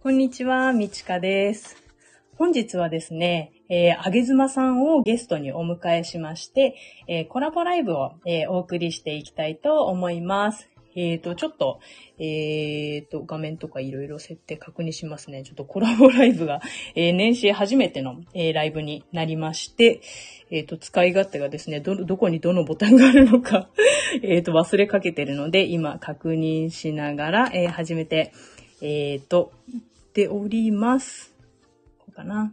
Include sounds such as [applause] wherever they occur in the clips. こんにちは、みちかです。本日はですね、えー、あげずまさんをゲストにお迎えしまして、えーコラボライブを、えーお送りしていきたいと思います。えっ、と、ちょっと、えっ、と、画面とかいろいろ設定確認しますね。ちょっとコラボライブが、えー年始初めての、えーライブになりまして、えっ、と、使い勝手がですね、ど、どこにどのボタンがあるのか、 [laughs] えっと、忘れかけてるので、今確認しながら、えー始めて、えっ、と、っております。こうかな。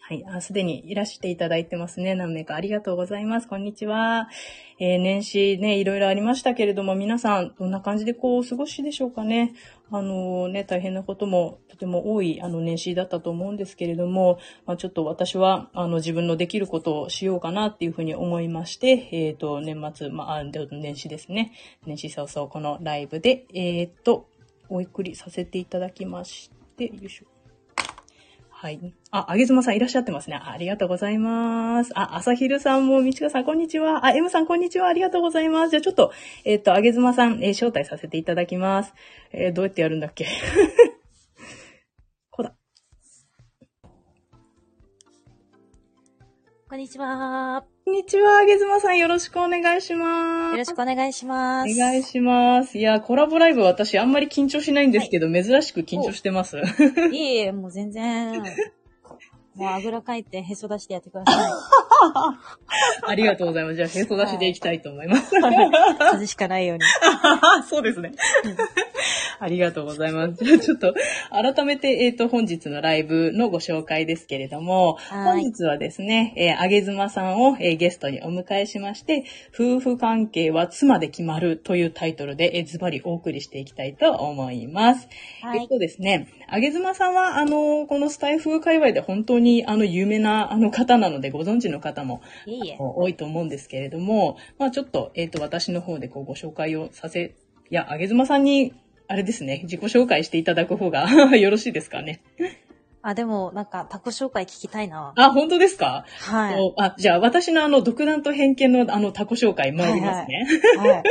はい。あ、すでにいらしていただいてますね。何名かありがとうございます。こんにちは。えー年始ね、いろいろありましたけれども、皆さん、どんな感じでこう、お過ごしでしょうかね。あのね、大変なこともとても多い、あの、年始だったと思うんですけれども、まあ、ちょっと私は、あの、自分のできることをしようかなっていうふうに思いまして、えっ、と、年末、まあ、あで年始ですね。年始早々、このライブで、えっ、と、お送りさせていただきまして、よいしょ。はい。あ、あげずまさんいらっしゃってますね。ありがとうございます。あ、あさひるさんも、みちかさん、こんにちは。あ、エムさん、こんにちは。ありがとうございます。じゃあちょっと、えっ、と、あげずまさん、えー招待させていただきます。えーどうやってやるんだっけ [laughs] こうだ。こんにちは。こんにちは、あげずまさん。よろしくお願いします。よろしくお願いします。お願いします。いや、コラボライブ私あんまり緊張しないんですけど、珍しく緊張してます。いえいえ、もう全然。もうあぐらかいてへそ出してやってくださ [laughs] ありがとうございます。じゃあ、へそ出しでいきたいと思います。[laughs] い。風邪しかないように。そうですね。ありがとうございます。じゃあ、ちょっと、改めて、えっ、と、本日のライブのご紹介ですけれども、は本い日はですね、えー、あげずまさんを、えーゲストにお迎えしまして、夫婦関係は妻で決まるというタイトルで、えーズバリお送りしていきたいと思います。はえっい。とですね、あげずまさんは、あの、このスタイフ界隈で本当に、あの、有名な、あの方なので、ご存知の方もいえいえ。多いと思うんですけれども、まあちょっと、えっ、と、私の方でこうご紹介をさせ、いや、あげずまさんに、あれですね、自己紹介していただく方が [laughs] よろしいですかね。あ、でも、なんか、タコ紹介聞きたいな。あ、本当ですか、はい。おあ、じゃあ私のあの、独断と偏見のあの、タコ紹介参りますね。はい。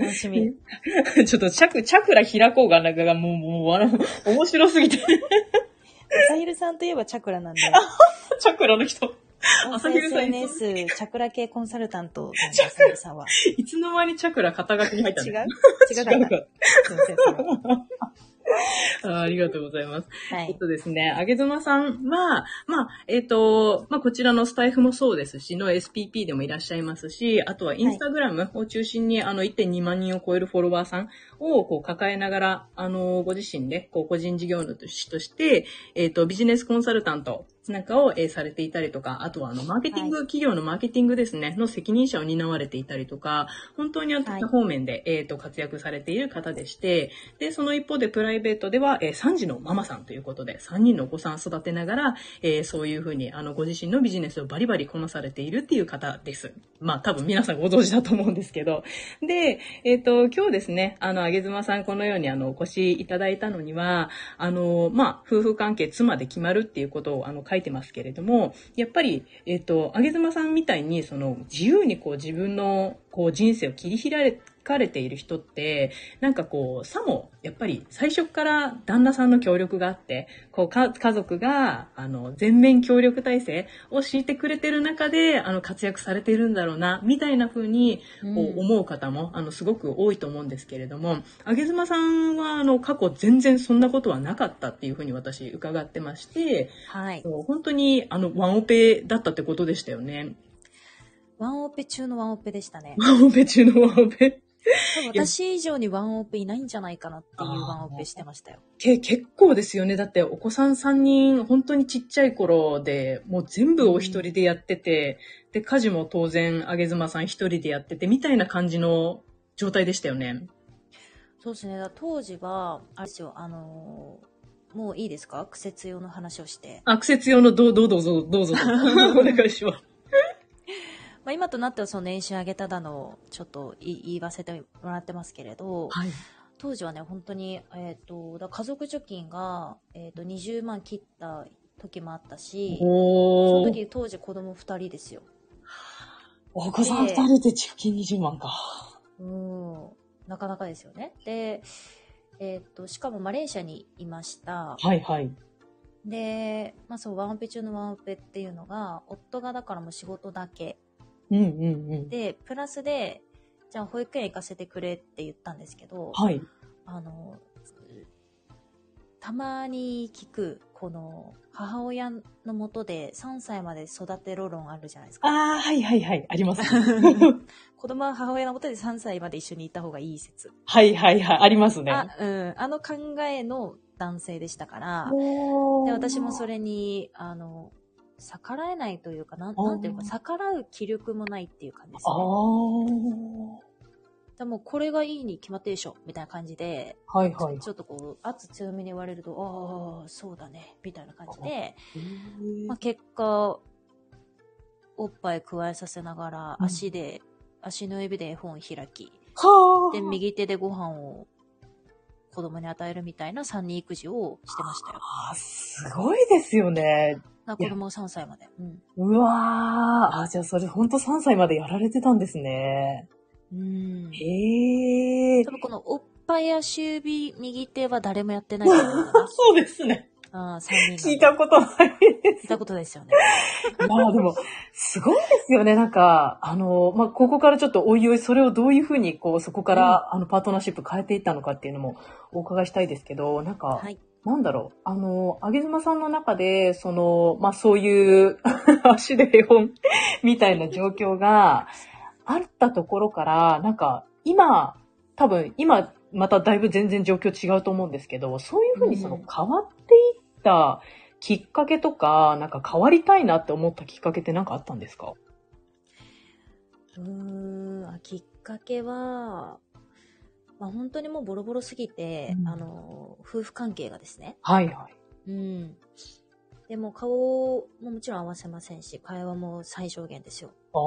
楽しみ。 [laughs] ちょっとチャク、チャクラ開こうが、なんかがもう、もう、あの、面白すぎて、 [laughs] 朝昼さんといえばチャクラなんで。チャクラの人。朝昼さん SNS チャクラ系コンサルタントなんです、朝昼さんは。いつの間にチャクラ肩書きに [laughs] 入った違うの違うか [laughs] な違うかすいませんすいまあありがとうございます。せんはえっ [laughs] い。とですね、あげずまさんは、まあ、えっ、と、まあ、こちらのスタイフもそうですし、の SPP でもいらっしゃいますし、あとはインスタグラムを中心に、あの、1.2万人を超えるフォロワーさんを、こう、抱えながら、あの、ご自身で、こう、個人事業主として、えっ、と、ビジネスコンサルタントなんかを、えーされていたりとか、あとは、あの、マーケティング、企業のマーケティングですね、の責任者を担われていたりとか、本当にあのはい多方面で、えっ、と、活躍されている方でして、で、その一方でプライベートでは、えー3児のママさんということで、3人のお子さんを育てながら、えーそういうふうに、あの、ご自身のビジネスをバリバリこなされているっていう方です。まあ、多分皆さんご存知だと思うんですけど。で、えっ、と、今日ですね、あの、あげずまさんこのように、あの、お越しいただいたのには、あの、まあ、夫婦関係、妻で決まるっていうことを、あの、書いてますけれども、やっぱり、えっ、と、あげずまさんみたいに、その、自由にこう、自分の、こう、人生を切り開かれている人って、なんかこう、さも、やっぱり最初から旦那さんの協力があって、こう、か、家族が、あの、全面協力体制を敷いてくれてる中で、あの、活躍されているんだろうな、みたいな風に、こう、思う方も、あの、すごく多いと思うんですけれども、あげずまさんは、あの、過去全然そんなことはなかったっていう風に私伺ってまして、はい。そう本当に、あの、ワンオペだったってことでしたよね。ワンオペ中のワンオペでしたね。ワンオペ中のワンオペ。多分私以上にワンオペいないんじゃないかなっていうワンオペしてましたよ。け結構ですよね。だってお子さん3人、本当にちっちゃい頃で、もう全部お一人でやってて、で、家事も当然、あげずまさん一人でやってて、みたいな感じの状態でしたよね。そうですね。だから当時は、あれですよ、あのーもういいですか苦節用の話をして。アクセス用のどう、どうどうぞ、ど [laughs] うぞ。お願いします。まあ今となってはその年収上げただの、ちょっとい言わせてもらってますけれど、はい。当時はね、本当に、えっ、と、だから家族貯金が、えっ、と、20万切った時もあったし、そおのー。時当時子供2人ですよ。お子さん二人で貯金20万か。うん、なかなかですよね。で、えっ、と、しかもマレーシアにいました。はいはい。で、まあそう、ワンオペ中のワンオペっていうのが、夫がだからもう仕事だけ。うんうんうん。で、プラスで、じゃあ保育園行かせてくれって言ったんですけど、はい。あの、たまに聞く、この、母親のもとで3歳まで育てろ論あるじゃないですか。ああ、はいはいはい。あります。 [laughs] 子供は母親のもとで3歳まで一緒にいた方がいい説。はいはいはい。ありますね。あ、うん。あの考えの男性でしたから、で、で私もそれ。れに、あの、逆らえないというか、なん、あーなんていうか、逆らう気力もないっていう感じですああ。ね。はでも、これがいいに決まってるでしょ、みたいな感じで、いはい。ちょっとこう、圧強めに言われると、ああ、そうだね、みたいな感じで、まあ、結果、おっぱい加えさせながら、うん足で、足の指で絵本開き、はあ。で、右手でご飯を子供に与えるみたいな三人育児をしてましたよ。あーすごいですよね。だから子供3歳まで。うん。うわー。あー、じゃあそれほんと3歳までやられてたんですね。うん。へえ多。分このおっぱいや足指、右手は誰もやってないと思うん [laughs] だな。そうですね。ああ、3人聞なんいで。たこと [laughs] ないです聞いたことですよね。まあでも、すごいですよね。なんか、あの、まあ、ここからちょっとおいおい、それをどういうふうに、こう、そこから、あの、パートナーシップ変えていったのかっていうのもお伺いしたいですけど、なんか、はい。なんだろう、あの、あげずまさんの中で、その、まあ、そういう [laughs] 足で絵本みたいな状況があったところから、なんか、今、多分、今、まただいぶ全然状況違うと思うんですけど、そういうふうにそのうん変わっていったきっかけとか、なんか変わりたいなって思ったきっかけってなんかあったんですかうーん、あきっかけは、まあ、本当にもうボロボロすぎて、うんあの、夫婦関係がですね。はいはい。うん。でも顔ももちろん合わせませんし、会話も最小限ですよ。あ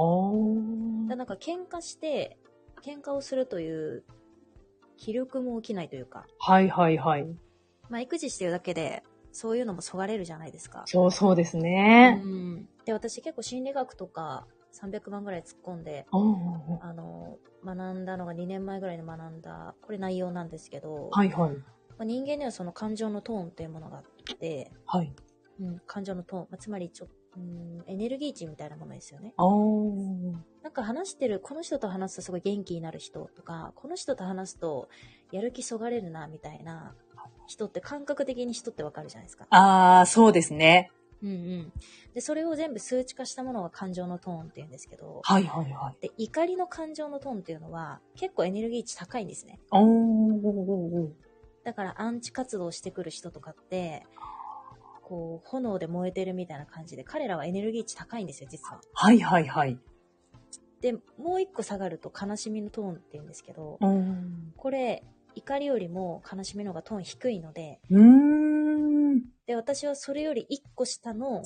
だーなんか喧嘩して、喧嘩をするという気力も起きないというか、はいはいはい。まあ、育児してるだけで、そういうのもそがれるじゃないですか。そうそうですうね。ん。で、私結構心理学とか300万ぐらい突っ込んで、うんうんうんあの、学んだのが2年前ぐらいに学んだ、これ内容なんですけど、はいはい。まあ、人間にはその感情のトーンというものがあって、はい。うん、感情のトーン、まあ、つまりちょ、うん、エネルギー値みたいなものですよね。あーなんか話してる、この人と話すとすごい元気になる人とか、この人と話すとやる気そがれるな、みたいな人って感覚的に人ってわかるじゃないですか。あー、そうですね。うんうん。で、それを全部数値化したものが感情のトーンって言うんですけど、はいはいはい。で、怒りの感情のトーンっていうのは結構エネルギー値高いんですね。おーおーおーだからアンチ活動してくる人とかって、こう、炎で燃えてるみたいな感じで、彼らはエネルギー値高いんですよ、実は。はいはいはい。で、もう一個下がると悲しみのトーンって言うんですけど、うーん。これ、怒りよりも悲しみの方がトーン低いので、うーん。で、私はそれより一個下の、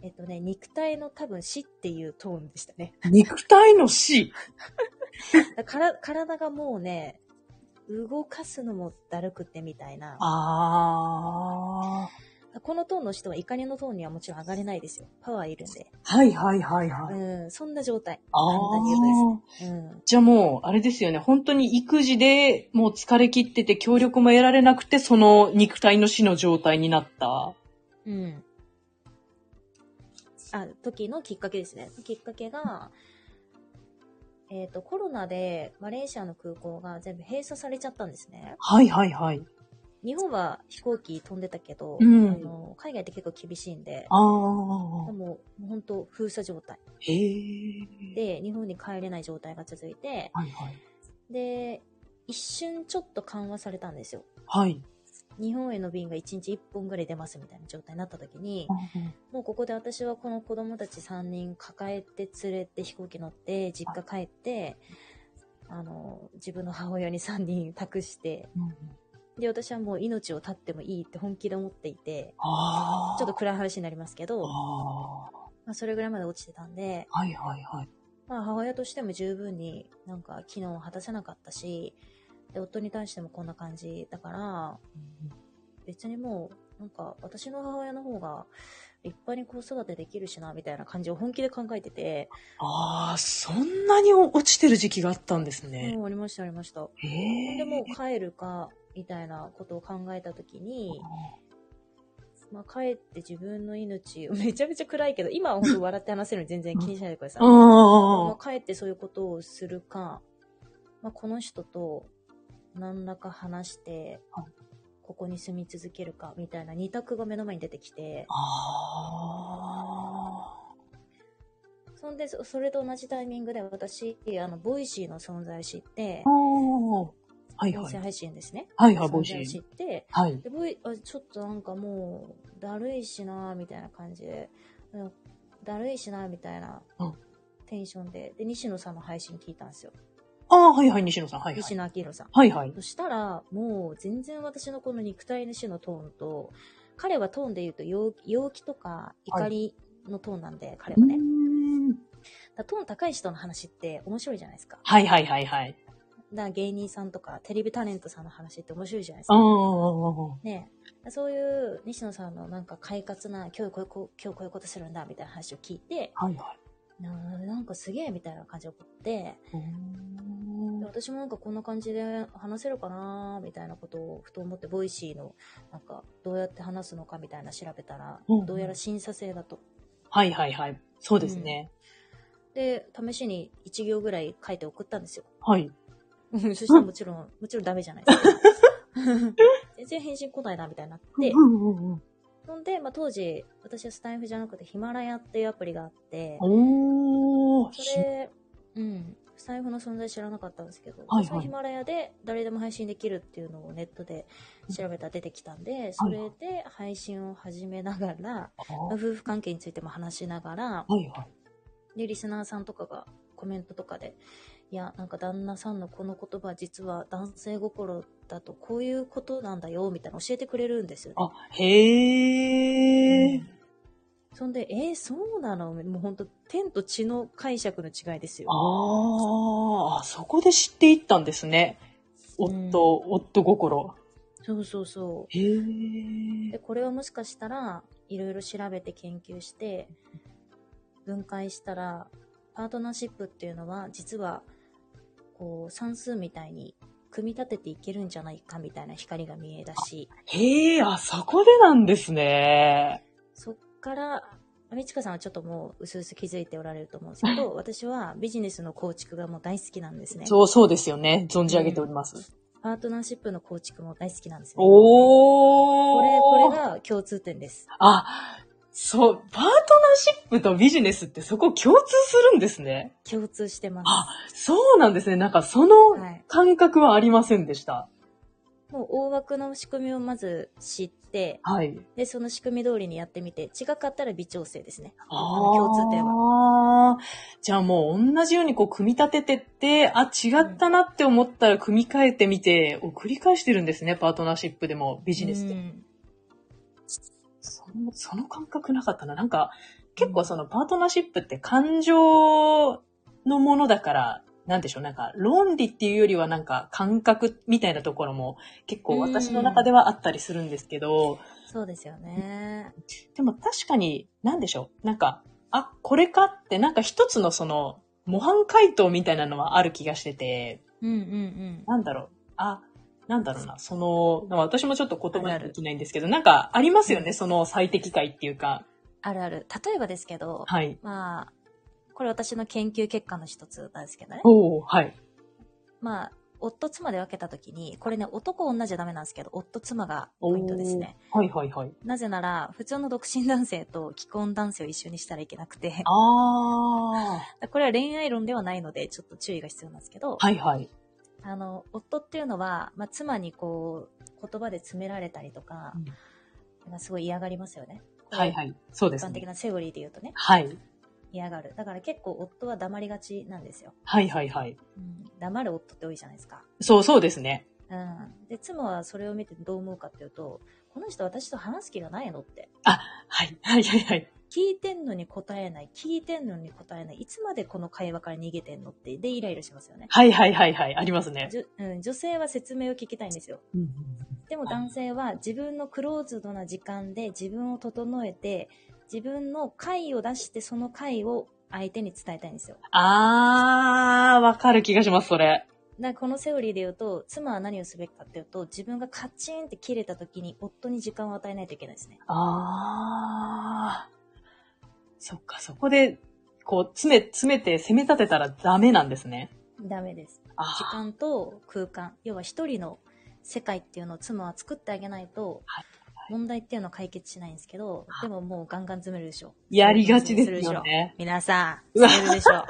えっとね、肉体の多分死っていうトーンでしたね。肉体の死。だから体がもうね、動かすのもだるくてみたいな。あー。このトーンの人は怒りのトーンにはもちろん上がれないですよ。パワーいるんで。はいはいはいはい。うん、そんな状態。あ簡単に言うとですねー。うん。じゃあもう、あれですよね。本当に育児でもう疲れ切ってて協力も得られなくて、その肉体の死の状態になった。うん。あ、時のきっかけですね。きっかけが、えっ、と、コロナでマレーシアの空港が全部閉鎖されちゃったんですね。はいはいはい。日本は飛行機飛んでたけど、うんあの海外って結構厳しいんで、あもうー。もう本当封鎖状態。へー。で、日本に帰れない状態が続いて、はいはい。で、一瞬ちょっと緩和されたんですよ。はい。日本への便が1日1本ぐらい出ますみたいな状態になった時にあ、ーもうここで私はこの子供たち3人抱えて連れて飛行機乗って、実家帰って、あの、自分の母親に3人託して、うんで、私はもう命を絶ってもいいって本気で思っていて、あー。ちょっと暗い話になりますけど、あー。まあ、それぐらいまで落ちてたんで、はいはいはい。まあ、母親としても十分になんか機能を果たせなかったし、で、夫に対してもこんな感じだから、別にもう、なんか、私の母親の方が、立派に子育てできるしな、みたいな感じを本気で考えてて、ああ、そんなに落ちてる時期があったんですね。もうありました、ありました。へえ。で、もう帰るか、みたいなことを考えたときに、まあ、かえって自分の命を、 [laughs] めちゃめちゃ暗いけど、今は本当笑って話せるので全然気にしないでください。まあ、あかえってそういうことをするか、まあ、この人と何らか話してはい、ここに住み続けるか、みたいな二択が目の前に出てきて、あそんで、そそれと同じタイミングで私、あの、ボイシーの存在を知ってー。あ、ーはいは音声い。配信ですね。はいはい、存帽在を知子っ。て、はい。で、ボイ、あ、ちょっとなんかもう、だるいしなーみたいな感じで、うんだるいしなーみたいなうんテンションで、で、西野さんの配信聞いたんですよ。ああ、はいはい、西野さん。はいは西い。野明宏さん。はいはい。そしたら、もう全然私のこの肉体の死のトーンと、彼はトーンで言うと陽陽気とか怒りのトーンなんで、彼うーはね。だかんらトーン高い人の話って面白いじゃないですか。はいはいはいはい。だから芸人さんとかテレビタレントさんの話って面白いじゃないですあか。ーねえそういう西野さんのなんか快活な、今日こういうこう、今日こういうことするんだみたいな話を聞いて、はいはい。ななんかすげえみたいな感じを思って、うーんで私もなんかこんな感じで話せるかなみたいなことをふと思って、ボイシーのなんかどうやって話すのかみたいな調べたら、うんどうやら審査制だと。はいはいはい。そうですね。で、試しに1行ぐらい書いて送ったんですよ。はい。そしたらもちろん、もちろんダメじゃないですか。 [laughs] 全然返信来ないなみたいになって、うんうんうんほんで、まあ、当時、私はスタイフじゃなくてヒマラヤっていうアプリがあって、おー。それ、うん、スタイフの存在知らなかったんですけど、はいはいそのヒマラヤで誰でも配信できるっていうのをネットで調べたら出てきたんで、それで配信を始めながら、あーまあ夫婦関係についても話しながら、はいはい。で、リスナーさんとかがコメントとかで、いや、なんか旦那さんのこの言葉実は男性心だとこういうことなんだよ、みたいな教えてくれるんですよね。あ、へー。そんで、えーそうなのもう本当天と地の解釈の違いですよ。あーあ、そこで知っていったんですね。夫、夫心。そうそうそへう。で、え。これをもしかしたら、いろいろ調べて研究して、分解したら、パートナーシップっていうのは、実は、こう、算数みたいに、組み立てていけるんじゃないかみたいな光が見えだし、へえ、あ、そこでなんですね。そっから、美智香さんはちょっともう、薄々気づいておられると思うんですけど、私はビジネスの構築がもう大好きなんですね。そう、そうですよね。存じ上げております。パートナーシップの構築も大好きなんですね。おこー。れ、これが共通点です。あ、そう、パートナーシップとビジネスってそこ共通するんですね。共通してまあ、そうなんですね。なんかそのす。はい。感覚はありませんでした。もう大枠の仕組みをまず知って、はい。で、その仕組み通りにやってみて、違かったら微調整ですね。ああの共通点は。は。じゃあもう同じようにこう組み立ててって、あ、違ったなって思ったら組み替えてみて、を繰り返してるんですね。パートナーシップでもビジネスで。うんそのその感覚なかったな。なんか、結構そのパートナーシップって感情のものだから、なんでしょう、なんか論理っていうよりはなんか感覚みたいなところも結構私の中ではあったりするんですけど、そうですよね。でも確かに、なんでしょう、なんか、あ、これかってなんか一つのその模範解答みたいなのはある気がしてて、うんうんなんだろう、あ、なんだろうな、その、まあ私もちょっと言葉にできないんですけど、なんかありますよね、その最適解っていうか。あるある。例えばですけど、はい。まあ、これ私の研究結果の一つなんですけどね。おおはい。まあ、夫妻で分けたときに、これね、男女じゃダメなんですけど、夫妻がポイントですね。おー。はいはいはい。なぜなら、普通の独身男性と既婚男性を一緒にしたらいけなくて、ああ。これは恋愛論ではないので、ちょっと注意が必要なんですけど、はいはい。あの、夫っていうのは、まあ、妻にこう、言葉で詰められたりとか、まあすごい嫌がりますよね。はいはい。そうで一す般的ね。なセオリーで言うとね、はい。嫌がる。だから結構夫は黙りがちなんですよ。はいはいはい。黙る夫って多いじゃないですか。そうそうですね。うん。で、妻はそれを見てどう思うかっていうと、この人私と話す気がないのって。はい。はいはいはい。聞いてんのに答えない、聞いてんのに答えない、いつまでこの会話から逃げてんのって、で、イライラしますよね。はいはいはいはい。ありますね。じゅうん、女性は説明を聞きたいんですよ。でも男性は自分のクローズドな時間で自分を整えて、自分の回を出してその回を相手に伝えたいんですよ。あー、わかる気がします、それ。なんかこのセオリーで言うと、妻は何をすべきかっていうと、自分がカチンって切れた時に夫に時間を与えないといけないですね。ああ。そっか、そこで、こう、詰め、詰めて攻め立てたらダメなんですね。ダメです。時ああ。間と空間、要は一人の世界っていうのを妻は作ってあげないとはい、問題っていうのは解決しないんですけど、でももうガンガン詰めるでしょ。やりがちですよね。皆さん、うわ詰めるでしょ。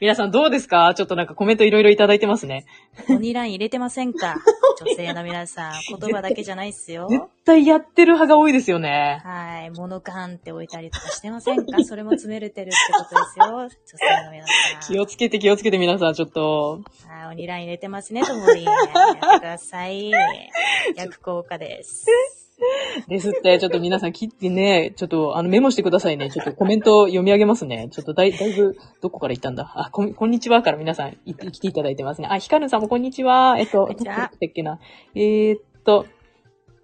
皆さんどうですかちょっとなんかコメントいろいろいただいてますね。鬼ライン入れてませ [laughs] んか女性の皆さん、言葉だけじゃないっすよ。絶対やってる派が多いですよね。はい。物感って置いたりとかしてませんかそれも詰めれてるってことですよ。女性の皆さん気。をつけて気をつけて皆さんちょっと。はい。鬼ライン入れてますね、ともりん。やってくださ [laughs] い。逆効果です。ですって、ちょっと皆さん切ってね、ちょっとあのメモしてくださいね。ちょっとコメント読み上げますね。ちょっとだいだいぶ、どこから行ったんだあ、こんこんにちはから皆さんい来ていただいてますね。あ、ヒカルンさんもこんにちは。えっと、こんにちはどだったっけな。えーっと、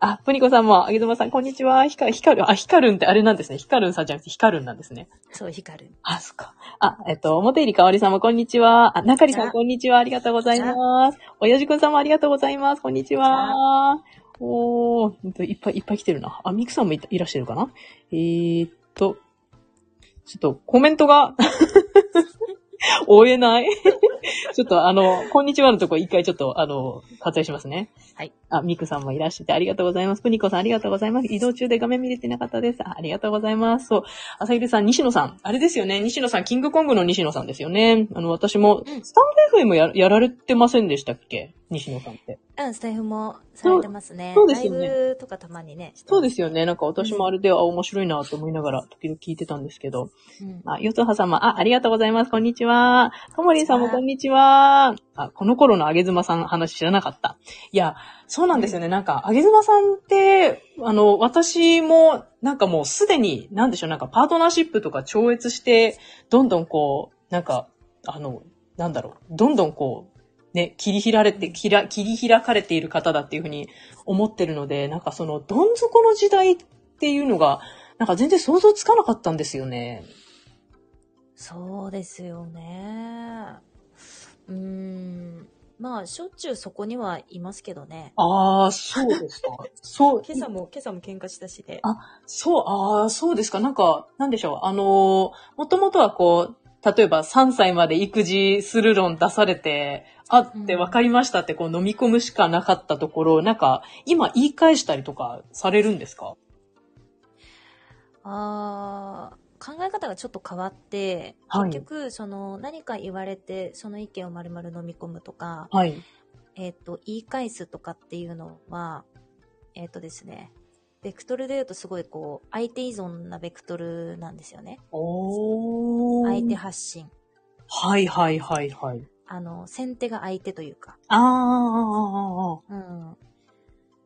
あ、プニコさんも、あげずまさん、こんにちは。ヒカ、ヒカルン、あ、ヒカルンってあれなんですね。ヒカルンさんじゃなくてヒカルンなんですね。そう、光る。あ、そっか。あ、えっと、表入りかわりさんもこんにちは。あ、中里さこんにんちはこんにちは。ありがとうございます。おやじくんさんもありがとうございます。こんにちは。おー、ほんといっぱいいっぱい来てるな。あ、ミクさんもいたいらっしゃるかなえーっと、ちょっとコメントが、 [laughs] 追えない。ちょっとあの、こんにちはのとこ一回ちょっとあの、割愛しますね。はい。あ、ミクさんもいらっしゃってありがとうございます。プニコさんありがとうございます。移動中で画面見れてなかったです。あありがとうございます。そう。朝昼さん、西野さん。あれですよね。西野さん、キングコングの西野さんですよね。あの、私も、うんスタンド FM ややられてませんでしたっけ西野さんって。うん、スタイフもされてますね。そうそうですよねライブとかたまにね。。そうですすよね。なんか私もあれで、あ、面白いなと思いながら、時々聞いてたんですけど。うん、あ、ヨトハ様、あ、ありがとうございます。こんにちは。ともりんさんもこんにちは。あ、この頃のあげずまさんの話知らなかった。いや、そうなんですよね。なんか、あげずまさんって、あの、私も、なんかもうすでに、なんでしょう、なんかパートナーシップとか超越して、どんどんこう、なんか、あの、なんだろう、どんどんこう、ね、切り開かれて、切ら切り開かれている方だっていうふうに思ってるので、なんかその、どん底の時代っていうのが、なんか全然想像つかなかったんですよね。そうですよね。うーん。まあ、しょっちゅうそこにはいますけどね。ああ、そうです [laughs] か。そう、今朝も、今朝も喧嘩したしで。あそう、ああ、そうですか。なんか、なんでしょう。あのー、もともとはこう、例えば3歳まで育児する論出されて、あってうん分かりましたってこう飲み込むしかなかったところ、なんか、今言い返したりとかされるんですかあー考え方がちょっと変わって、はい結局、その、何か言われて、その意見を丸々飲み込むとか、はい。えっ、と、言い返すとかっていうのは、えっ、とですね、ベクトルで言うとすごいこう、相手依存なベクトルなんですよね。おー。相手発信。はいはいはいはい。あの、先手が相手というか。あーあー、あーあうん。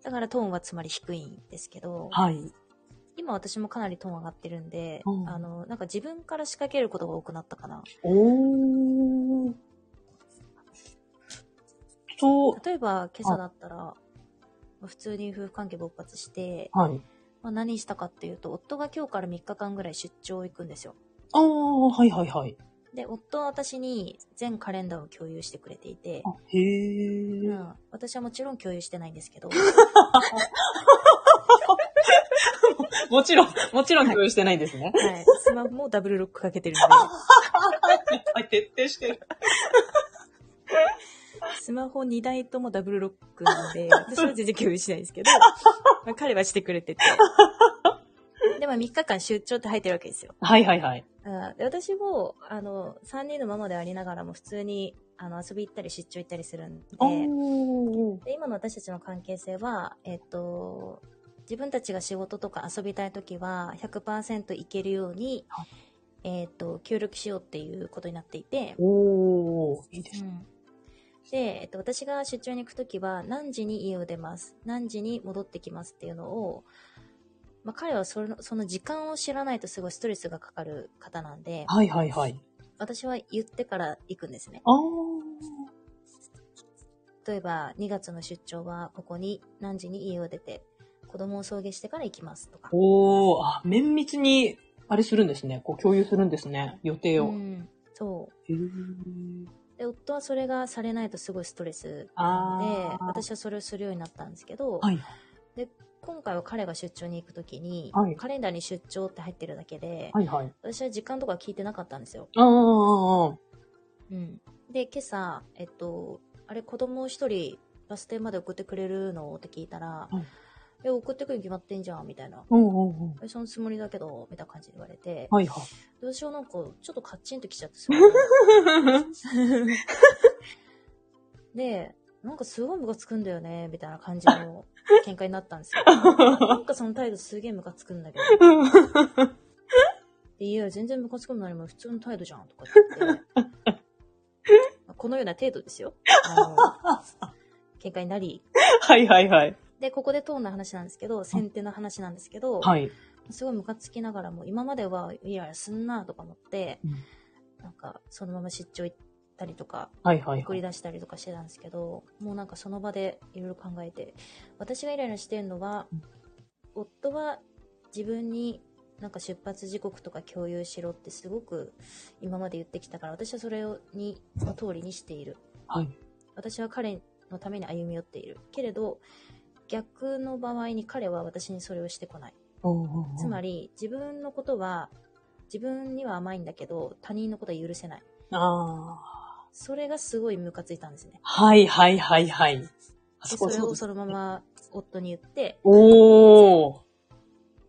だからトーンはつまり低いんですけど、ー、はい。今私もかなりトーン上がってるんで、うんあの、なんか自分から仕掛けることが多くなったかな。おー。と、例えば今朝だったら、普通に夫婦関係勃発して、はい。まあ、何したかっていうと、夫が今日から3日間ぐらい出張行くんですよ。ああ、はいはいはい。で、夫は私に全カレンダーを共有してくれていて、あへえ。うん、私はもちろん共有してないんです [laughs] けど、 [laughs] もちろん、もちろん共有してないですね。はい、スマホもダブルロックかけてるん [laughs] で、はい、徹底してる。スマホ2台ともダブルロックなん [laughs] で、私は全然共有しないんですけど、まあ彼はしてくれてて。 [laughs] でも3日間出張って入ってるわけですよ。はいはいはい。うんで私も、あの、3人のママでありながらも普通に、あの、遊び行ったり出張行ったりするんで、おーで今の私たちの関係性は、えっと、自分たちが仕事とか遊びたいときは100%いけるようには、えっと、協力しようっていうことになっていて、おーいいですね。で、えっと、私が出張に行くときは何時に家を出ます、何時に戻ってきますっていうのを、まあ、彼はそのその時間を知らないとすごいストレスがかかる方なんで、はいはいはい。私は言ってから行くんですね。あー例えば2月の出張はここに何時に家を出て子供を送迎してから行きますとか。おーあ、綿密に、あれするんですね。こう共有するんですね。予定うを。ん、そへーう。で、夫はそれがされないとすごいストレスで、ああ。私はそれをするようになったんですけど、はい。今回は彼が出張に行くときに、はいカレンダーに出張って入ってるだけで、はいはい。私は時間とか聞いてなかったんですよ。ああ。うん。で、今朝、えっと、あれ、子供を一人バス停まで送ってくれるのって聞いたら、うんえ、送ってくるに決まってんじゃん、みたいな。うんうんうん。え、そのつもりだけど、みたいな感じで言われて、はいはい。どうしようなんか、ちょっとカッチンときちゃってすごいで、なんかすごいムカつくんだよね、みたいな感じの見解になったんで [laughs] すよ。なんかその態度すげえムカつくんだけど。でいや、全然ムカつくも何も普通の態度じゃん、とかって言って。 [laughs] このような程度ですよ。あの見解になり。 [laughs] はいはいはい。で、ここでトーンの話なんですけど、先手の話なんですけど、はい。すごいムカつきながらも、今までは、いやいや、すんなとか思って、うんなんか、そのまま出張行ったりとか、はいはい送はりい。出したりとかしてたんですけど、もうなんかその場でいろいろ考えて、私がイライラしてるのはうん、夫は自分になんか出発時刻とか共有しろってすごく今まで言ってきたから、私はそれをに、その通りにしている。はい。私は彼のために歩み寄っている。けれど、逆の場合に彼は私にそれをしてこない。つまり、り自分のことは自分には甘いんだけど他人のことは許せないああ。それがすごいムカついたんですねはいはいはいはい。あでそそこれそうをです。そのまま夫に言っておお。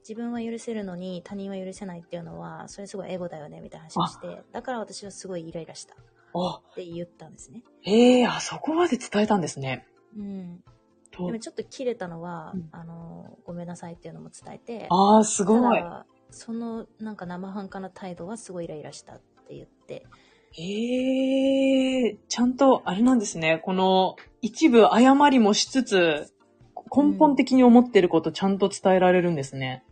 自分は許せるのに他人は許せないっていうのはそれすごいエゴだよねみたいな話をしてだから私はすごいイライラしたっあ、て言ったんですねええあそこまで伝えたんですね。うんとでもちょっと切れたのは、うんあのごめんなさいっていうのも伝えてああ、すごたい。だそのなんか生半可な態度はすごいイライラしたって言ってええちゃんと、あれなんですね。この、一部誤りもしつつ、根本的に思ってることちゃんと伝えられるんですね。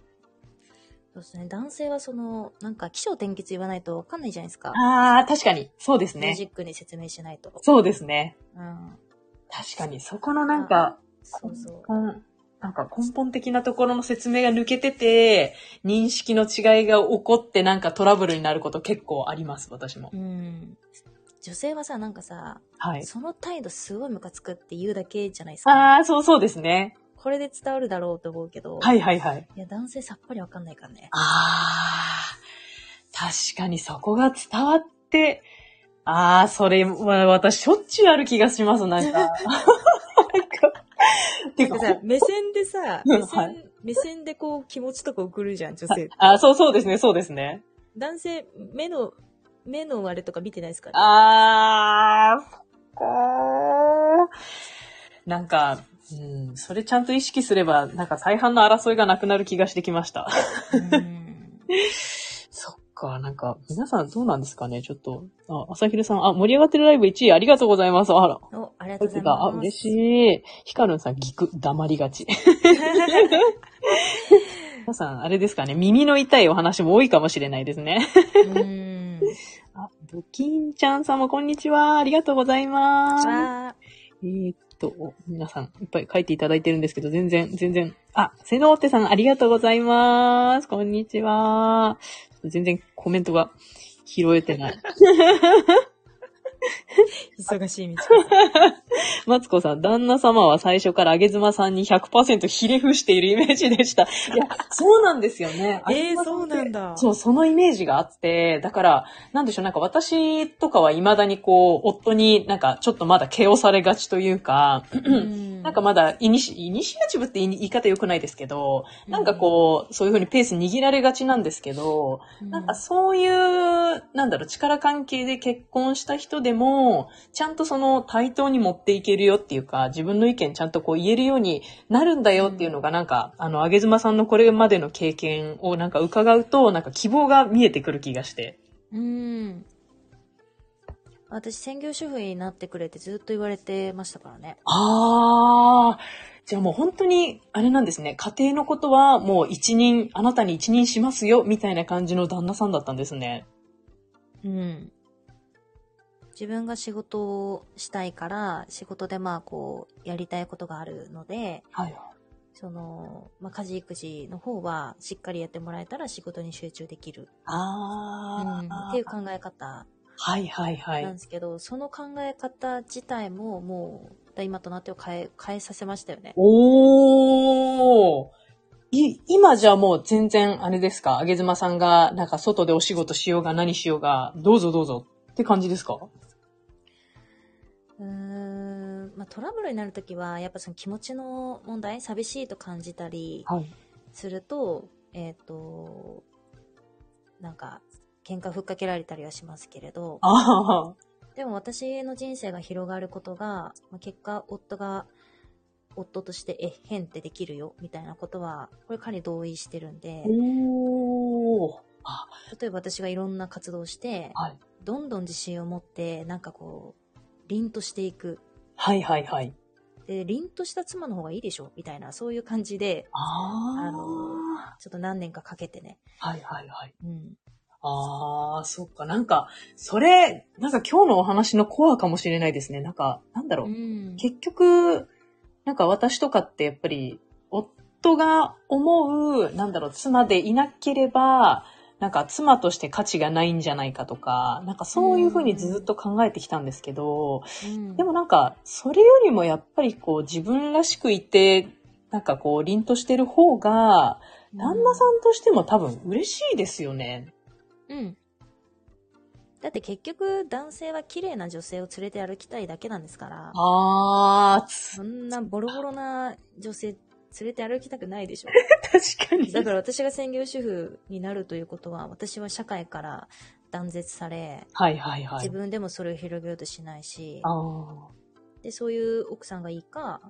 そうですね。男性はその、なんか、起承転結言わないとわかんないじゃないですか。ああ、確かに。そうですロねジ。ックに説明しないと。そうですね。うん。確かに、そこのなんか、そうそう。根なんか根本的なところの説明が抜けてて、認識の違いが起こってなんかトラブルになること結構あります、私もう。ん。女性はさ、なんかさ、はい。その態度すごいムカつくって言うだけじゃないですか。ああ、そうそうですね。これで伝わるだろうと思うけど。。はいいはいはい。や、男性さっぱりわかんないからね。ああ、確かにそこが伝わって、ああ、それ、わ私しょっちゅうある気がします、 [laughs] なんか。なんかてないうかんか [laughs] さ、目線でさ、うん目線、はい目線でこう気持ちとか送るじゃん、女性。あーそうそうですね、そうですね。男性、目の、目のあれとか見てないですから、あー、こう。なんか、うん、それちゃんと意識すれば、なんか大半の争いがなくなる気がしてきました。うん。そっか、なんか、皆さんどうなんですかねちょっと、あ、朝昼さん、あ、盛り上がってるライブ1位ありがとうございます。あら、 [laughs] お、ありがと入っうござていた。まあ、す。嬉しい。ヒカルンさん、聞く、黙りがち。皆さん、あれですかね、耳の痛いお話も多いかもしれないですね。 [laughs] うん。あ、ドキンちゃんさんもこんにちは。ありがとうございます。わえーっと、お皆さん、いっぱい書いていただいてるんですけど、全然、全然。あ、瀬能ってさん、ありがとうございます。こんにちは。ちょっと全然コメントが拾えてない。ー忙しい道。マツコさん、旦那様は最初からあげずまさんに100%ひれ伏しているイメージでした。いや、そうなんですよね。ええーそうなんだ。そう、そのイメージがあって、だから、なんでしょう、なんか私とかは未だにこう、夫になんかちょっとまだ毛をされがちというか、うんなんかまだイニシ、イニシアチブって言い言い方良くないですけど、なんかこう、そういうふうにペース握られがちなんですけど、うん、なんかそういう、なんだろう、力関係で結婚した人でも、ちゃんとその対等に持っていけるよっていうか、自分の意見ちゃんとこう言えるようになるんだよっていうのが、なんか、あの、あげずまさんのこれまでの経験をなんか伺うと、なんか希望が見えてくる気がして。うん。私、専業主婦になってくれってずっと言われてましたからね。ああ、じゃあもう本当に、あれなんですね、家庭のことはもう一任、あなたに一任しますよ、みたいな感じの旦那さんだったんですね。うん。自分が仕事をしたいから、仕事でまあこう、やりたいことがあるので、はい。その、まあ家事育児の方はしっかりやってもらえたら仕事に集中できる。あうん、あ、っていう考え方はいはいはなんいで。すけど、その考え方自体ももう今となっては変え変えさせましたよね。おーい、今じゃもう全然あれですかあげずまさんが、なんか外でお仕事しようが何しようが、どうぞどうぞって感じですかうーん、まあ、トラブルになるときは、やっぱその気持ちの問題、寂しいと感じたりはい。すると、えっ、と、なんか、喧嘩ふっかけられたりはしますけれど、ああ、でも私の人生が広がることが、まあ、結果、夫が、夫として、え、変ってできるよ、みたいなことは、これ彼に同意してるんで、おーあ、例えば私がいろんな活動をして、はい。どんどん自信を持って、なんかこう、凛としていく。はいはいはい。で、凛とした妻の方がいいでしょみたいな、そういう感じで、ああのあ、ちょっと何年かかけてね。はいはいはい。うん。ああ、そっか。なんか、それ、なんか今日のお話のコアかもしれないですね。なんか、なんだろう。うん。結局、なんか私とかってやっぱり、夫が思う、なんだろう、妻でいなければ、なんか妻として価値がないんじゃないかとか、なんかそういうふうにずっと考えてきたんですけど、うんでもなんか、それよりもやっぱりこう自分らしくいて、なんかこう凛としてる方が、旦那さんとしても多分嬉しいですよね。うん。だって結局、男性は綺麗な女性を連れて歩きたいだけなんですから、あー、つそんなボロボロな女性連れて歩きたくないでし [laughs] ょ。 [laughs] 確かに。だから私が専業主婦になるということは、私は社会から断絶され、はいはいは自い。分でもそれを広げようとしないし、あー。で、そういう奥さんがいいか、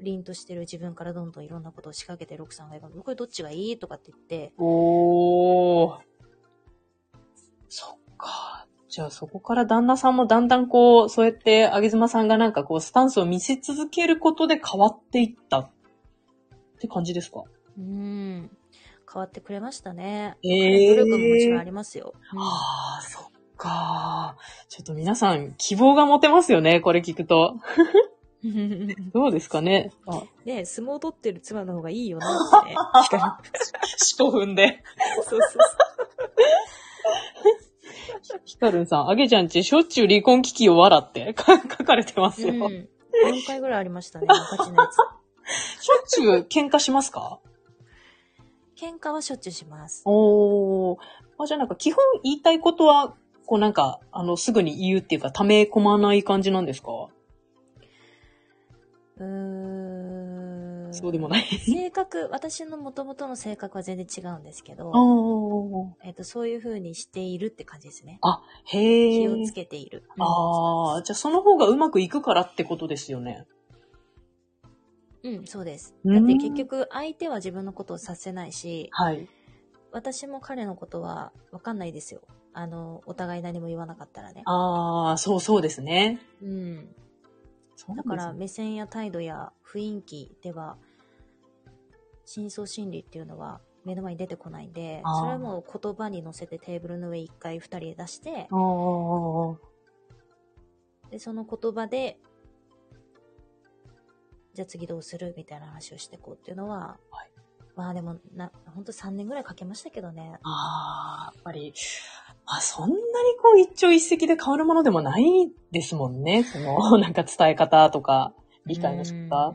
凛としてる自分からどんどんいろんなことを仕掛けてる奥さんがいいか、これどっちがいいとかって言って、おー。そっか。じゃあそこから旦那さんもだんだんこう、そうやって、あげずまさんがなんかこう、スタンスを見せ続けることで変わっていったって感じですかうーん、変わってくれましたね。え努力ももちろんありますよ。うんああ、そっか。ちょっと皆さん、希望が持てますよね、これ聞くと。 [laughs] どうですかねあ、ねえ相撲取ってる妻の方がいいよなってね。四股踏んで。そうそうヒカルンさん、あげちゃんち、しょっちゅう離婚危機を笑ってか書かれてます [laughs] そう。よ。しょうっん。4回ぐらいありま [laughs] したね、ガチのやつ。ちゅう喧嘩しますか喧嘩はしょっちゅうします。おー。あ、じゃあなんか基本言いたいことは、こうなんか、あの、すぐに言うっていうか、ため込まない感じなんですか、うーん。そうでもない。 [laughs] 性格、私の元々の性格は全然違うんですけど、ー。えっと、そういう風にしているって感じですね。へ気え。をつけている。うんああ、じゃあその方がうまくいくからってことですよね。うん、そうです。うんだって結局、相手は自分のことをさせないし、はい。私も彼のことはわかんないですよ。あの、お互い何も言わなかったらね。ああ、そうそうですね。うん。そうなんだですかねら、目線や態度や雰囲気では、真相心理っていうのは目の前に出てこないんであー、それはもう言葉に乗せてテーブルの上一回二人で出して、あーで、その言葉で、じゃあ次どうするみたいな話をしていこうっていうのは、はいまあでもな、ほんと3年ぐらいかけましたけどね。あー、やっぱり、まあそんなにこう一朝一夕で変わるものでもないですもんね。その、 [laughs] なんか伝え方とか、理解の仕方。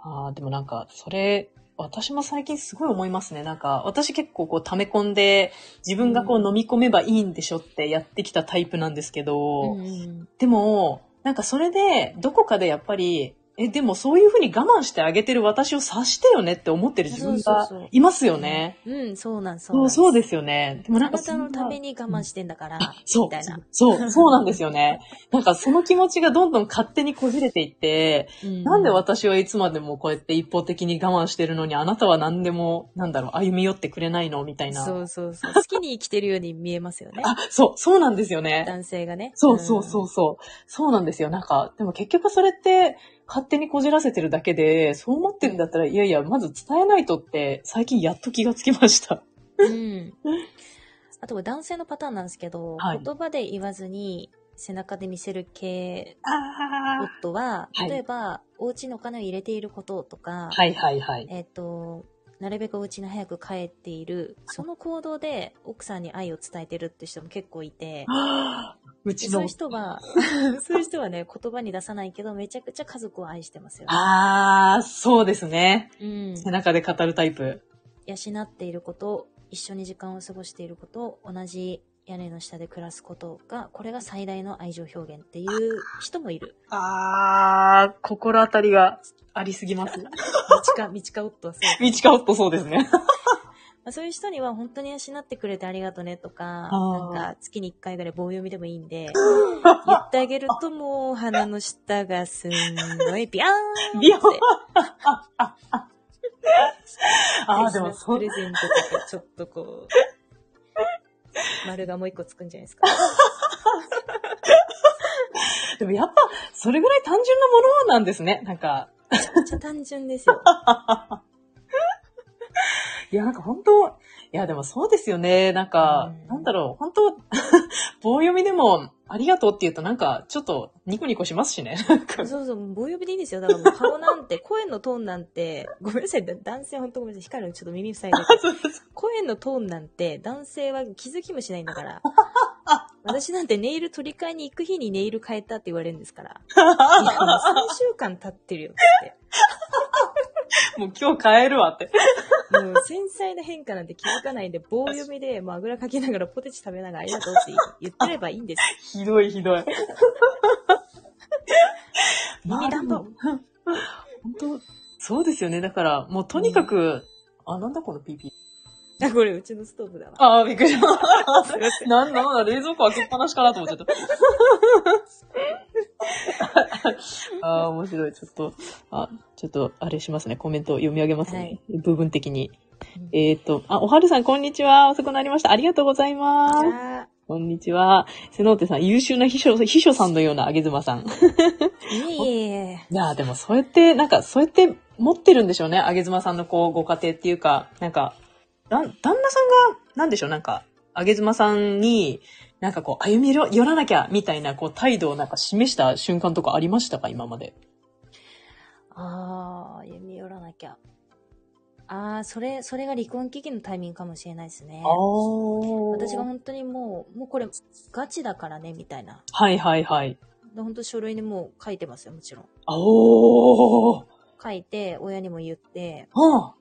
ああ、でもなんか、それ、私も最近すごい思いますね。なんか、私結構こう溜め込んで、自分がこうんう飲み込めばいいんでしょってやってきたタイプなんですけうど、んうんでも、なんかそれで、どこかでやっぱり、え、でもそういうふうに我慢してあげてる私を察してよねって思ってる自分そうがそうそういますよね。うん、うんそうなんそうそなんうそうでですよね。でもす。なあんかなそたんなのために我慢してんだから、そうみたいな。そう、そうなんですよね。なんかその気持ちがどんどん勝手にこじれていって、なんで私はいつまでもこうやって一方的に我慢してるのに、あなたは何でも、なんだろう、歩み寄ってくれないのみたいな。そうそうそう。好きに生きてるように見えますよね。あ、そう、そうなんですよね。男性がね。そうそうそううそう。そうなんですよ。なんか、でも結局それって、勝手にこじらせてるだけで、そう思ってるんだったら、いやいや、まず伝えないとって、最近やっと気がつきました。ん。うん。あと、男性のパターンなんですけど、はい言葉で言わずに背中で見せる系ああ。夫は、はい例えば、お家にお金を入れていることとか、はいはいはい。えっ、と、なるべくお家に早く帰っている、その行動で奥さんに愛を伝えてるって人も結構いて、あーうちそうのいう。人 [laughs] は、そういう人はね、言葉に出さないけど、めちゃくちゃ家族を愛してますよ。ああ、そうですね。うん。背中で語るタイプ。養っていること、一緒に時間を過ごしていること、同じ屋根の下で暮らすことが、これが最大の愛情表現っていう人もい [laughs] る。ああ、心当たりがありすぎます。道 [laughs] か、道か夫はそう。道か夫そうですね。まあ、そういう人には本当に養ってくれてありがとねとか、なあんーか月に1回ぐらい棒読みでもいいんで、 [laughs] 言ってあげるともう鼻の下がすんごいビャーンって。ビヨーン [laughs] ああ、でもそプうレ。ゼントとかちょっとこう、丸がもう一個つくんじゃないですか。でもやっぱ、それぐらい単純なものなんですね。なんか、めっちゃ単純ですよ。いや、なんか本当、いや、でもそうですよね。なんか、うんなんだろう、本当 [laughs] 棒読みでも、ありがとうって言うとなんか、ちょっと、ニコニコしますしね。 [laughs] なんかそうそう、棒呼びでいいですよ。だからもう顔なん [laughs] て、声のトーンなんて、ごめんなさい、だ男性ほんとごめんなさい、光るのちょっと耳塞いでて。声のトーンなんて、男性は気づきもしないんだ [laughs] から。私なんてネイル取り替えに行く日にネイル変えたって言われるんですから。いや、もう3週間経ってるよって。もう今日変えるわって。もう繊細な変化なんて気づかないんで、棒読みで、もうあぐらかきながらポテチ食べながらありがとうって言ってればいいんです。ひどいひ [laughs] どい。耳暖 [laughs] 房。本当、そうですよね。だから、もうとにかく、あ、なんだこの PP。 [laughs] あ、これうちのストーブだわ。ああ、びっくりした。すいません。なんだなんだ、冷蔵庫開けっぱなしかなと思っち [laughs] ゃった。ああ、面白い。ちょっと、あ、ちょっと、あれしますね。コメントを読み上げますね。はい部分的にうん。えっ、と、あ、おはるさん、こんにちは。遅くなりました。ありがとうございます。あこんにちは。瀬能手さん、優秀な秘書、秘書さんのようなあげずまさん。ーいえいえ。いやーでもそうやって、なんかそうやって持ってるんでしょうね。あげずまさんのこう、ご家庭っていうか、なんか、だん、旦那さんが、なんでしょう、なんか、あげずまさんに、なんかこう、歩み寄寄らなきゃ、みたいな、こう、態度をなんか示した瞬間とかありましたか今まで。ああ、弓寄らなきゃ。ああ、それ、それが離婚危機のタイミングかもしれないですね。私私が本当にもう、もうこれガチだからね、みたいな。はいはいはい。本当書類にもう書いてますよ、もちろん。あおー書いて、親にも言って、あ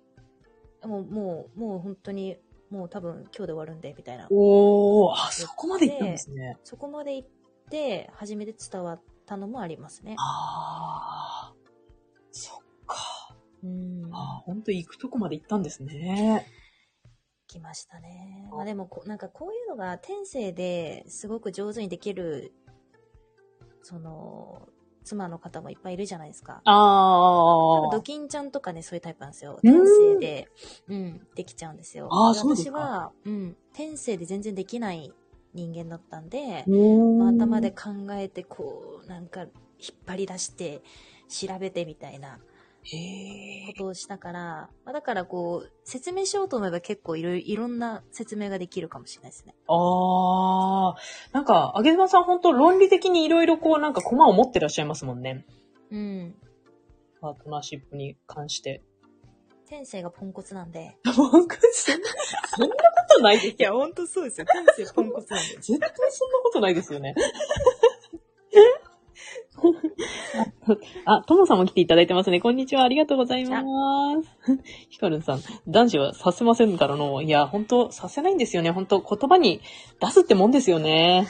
もう、もう、もう本当に、もう多分今日で終わるんで、みたいな。おーあ、そこまで行ったんですね。そこまで行って、初めて伝わったのもありますね。ああ、そっか。うん。ああ、本当行くとこまで行ったんですね。きましたね。まあでもこ、なんかこういうのが天性ですごく上手にできる、その、妻の方もいっぱいいるじゃないですか。あドあ、キンちゃんとかね、そういうタイプなんですよ。う天ん性で、うん、できちゃうんですよ。あーでそうです私かは、うん、天性で全然できない人間だったんで、ままあ頭で考えて、こう、なんか、引っ張り出して、調べてみたいなへこえ。とをしたから、まあ、だからこう、説明しようと思えば結構いろいろいろんな説明ができるかもしれないですね。ああ。なんか、あげずまさん本当論理的にいろいろこう、なんか駒を持ってらっしゃいますもんね。うん。パートナーシップに関して。天性がポンコツなんで。文句そんなこと [laughs] ないですよ。ほんとそうですよ。天性ポンコツなんで。絶対そんなことないですよね。あ、ともさんも来ていただいてますね。こんにちは。ありがとうございます。ひかるんさん、男子はさせませんからの。いや、本当させないんですよね。本当言葉に出すってもんですよね。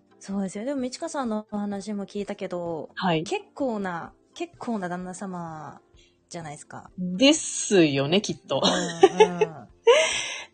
[laughs] そうですよ。でも、みちかさんのお話も聞いたけど、はい。結構な、結構な旦那様じゃないです [laughs] か。ですよね、きっとう。ん、うん。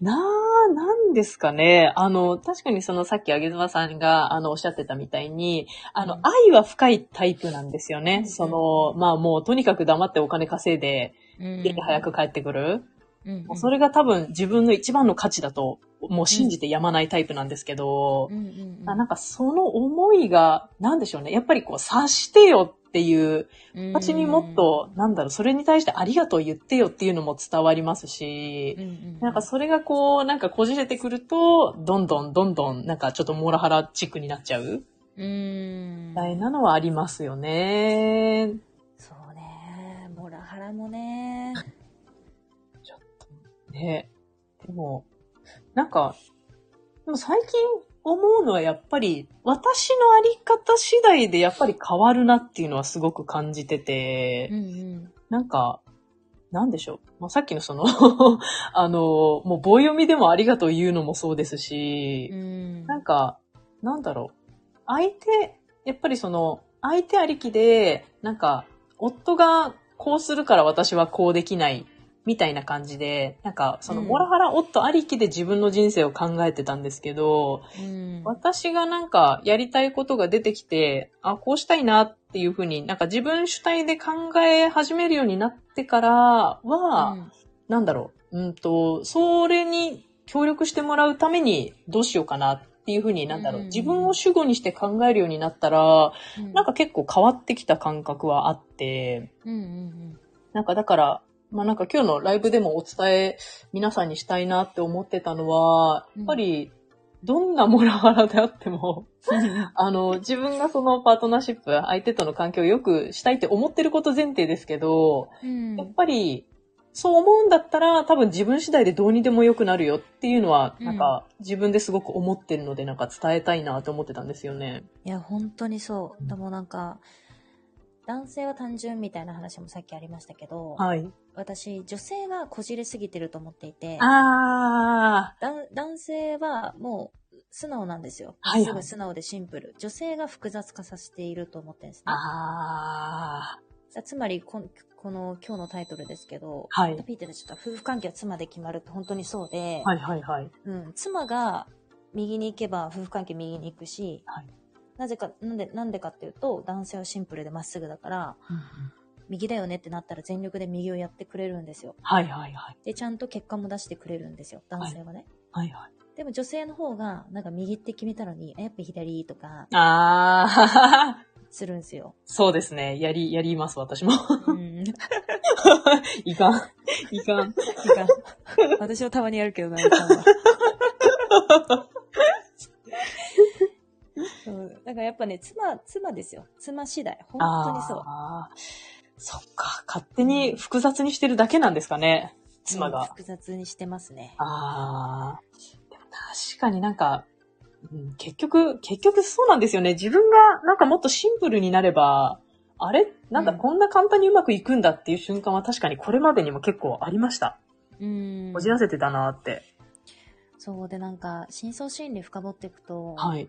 なあ、なんですかね。あの、確かにそのさっきあげずまさんが、あの、おっしゃってたみたいに、あの、うん愛は深いタイプなんですようんうね。んその、まあもうとにかく黙ってお金稼いで、うん家に早く帰ってくる。うん、もうそれが多分自分の一番の価値だと、もう信じてやまないタイプなんですけどう、んうんうん、あなんかその思いが、なんでしょうね。やっぱりこう、察してよっていう、うん私にもっ、と、なんだろう、それに対してありがとう言ってよっていうのも伝わりますしう、んうん、なんかそれがこう、なんかこじれてくると、どんどんどんどん、なんかちょっとモラハラチックになっちゃううーんみたいなのはありますよね。 [laughs] そうね。モラハラもね。ちょっとね。でも、なんか、でも最近思うのはやっぱり、私のあり方次第でやっぱり変わるなっていうのはすごく感じてて、うんなんか、なんでしょう。まあ、さっきのそ [laughs] の、あの、もう棒読みでもありがとう言うのもそうですしうん。う、ん。なんか、なんだろう。相手、やっぱりその、相手ありきで、なんか、夫がこうするから私はこうできない、みたいな感じで、なんか、その、うんモラハラ夫ありきで自分の人生を考えてたんですけど、うん。私がなんか、やりたいことが出てきて、あ、こうしたいなっていうふうになんか自分主体で考え始めるようになってからは、うんなんだろう、うんと、それに協力してもらうためにどうしようかなっていうふうになんだろう、うん自分を主語にして考えるようになったら、うんなんか結構変わってきた感覚はあって、うんうんなんかだから、まあなんか今日のライブでもお伝え皆さんにしたいなって思ってたのは、うんやっぱりどんなモラハラであっても、 [laughs] うん。あの、自分がそのパートナーシップ、相手との関係を良くしたいって思ってること前提ですけど、うん [laughs] やっぱり、そう思うんだったら、多分自分次第でどうにでもよくなるよっていうのは、うんなんか、自分ですごく思ってるので、なんか伝えたいなと思ってたんですよね。いや、本当にそうう。んでもなんか、男性は単純みたいな話もさっきありましたけど、はい。私、女性がこじれすぎてると思っていて、あだん男性はもう素直なんですよ。はいはいすぐ素直でシンプル。女性が複雑化させていると思ってるんですー。ね。あー。さつまりこん、この今日のタイトルですけど、はい。ピーターでちょっと夫婦関係は妻で決まるって本当にそうで、はいはいはい。うん、妻が右に行けば夫婦関係右に行くし、はいなぜか、なんで、なんでかっていうと、男性はシンプルでまっすぐだから、右だよねってなったら全力で右をやってくれるんですよ。はいはいはい。で、ちゃんと結果も出してくれるんですよ、男性はね。はいはい。でも女性の方が、なんか右って決めたのに、あやっぱ左とか、あー。 [laughs] するんですよ。そうですね。やり、やります、私も。 [laughs] うん。いか [laughs] ん。いかん。私はたまにやるけどな、みたいな [laughs] そうだからやっぱね、妻、妻ですよ。妻次第。本当にそう。あー。そっか。勝手に複雑にしてるだけなんですかね。妻うんが。複雑にしてますね。ああ。でも確かになんか、うん結局、結局そうなんですよね。自分がなんかもっとシンプルになれば、あれなんかうんこんな簡単にうまくいくんだっていう瞬間は確かにこれまでにも結構ありました。うんこ。じらせてたなーって。そうでなんか、深層心理深掘っていくと、はい。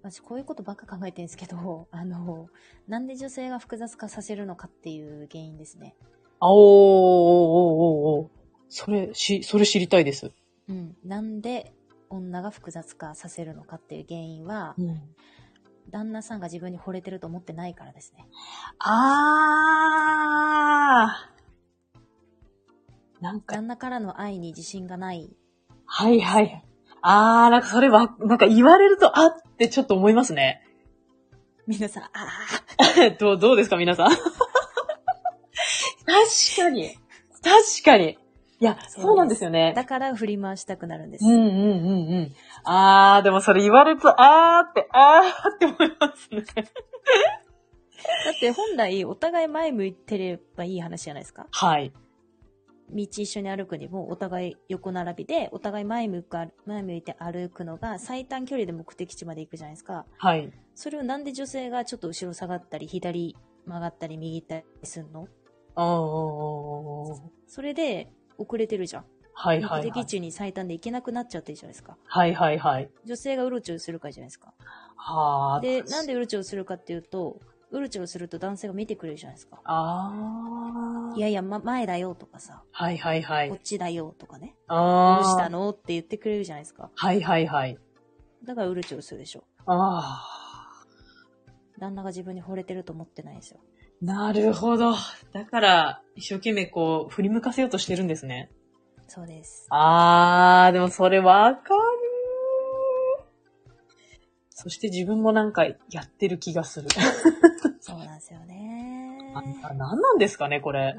私こういうことばっか考えてるんですけど、 [laughs] あの、なんで女性が複雑化させるのかっていう原因ですね。あおーおーおーおーおーそれ、し、それ知りたいです。うん。なんで女が複雑化させるのかっていう原因は、旦那さんが自分に惚れてると思ってないからですね。あー。なんか、旦那からの愛に自信がない。 [laughs] はいはい。あー、なんかそれは、なんか言われると、あってちょっと思いますね。皆さん、ああ、 [laughs] どう、どうですか皆さん。確かに。確かに。いや、そうですそうなんですよね。だから振り回したくなるんです。うんうんうんうん。あー、でもそれ言われると、あーって、あーって思いますね。だって本来お互い前向いてればいい話じゃないですか。はい。道一緒に歩くにもお互い横並びで、お互い前向くあ、前向いて歩くのが最短距離で目的地まで行くじゃないですか。はい。それをなんで女性がちょっと後ろ下がったり、左曲がったり、右行ったりすんのおーおーおーおー。それで遅れてるじゃん。はいは目い、は的い。地に最短で行けなくなっちゃってるじゃないですか。はいはいはい。女性がうろちょろするからじゃないですか。はー。で、なんでうろちょろするかっていうと、うろちょろすると男性が見てくれるじゃないですか。あー。いやいや、ま、前だよとかさ、はいはいはこっい。ちだよとかね。どあうー。したのって言ってくれるじゃないですか。はいはいはい。だからうろちょろするでしょ。あ旦那が自分に惚れてると思ってないんですよ。ー。なるほど。だから、一生懸命こう、振り向かせようとしてるんですね。そうです。あー、でもそれわかる。そして自分もなんかやってる気がする。そうなんですよね。あ何なんですかね、これ。 [laughs]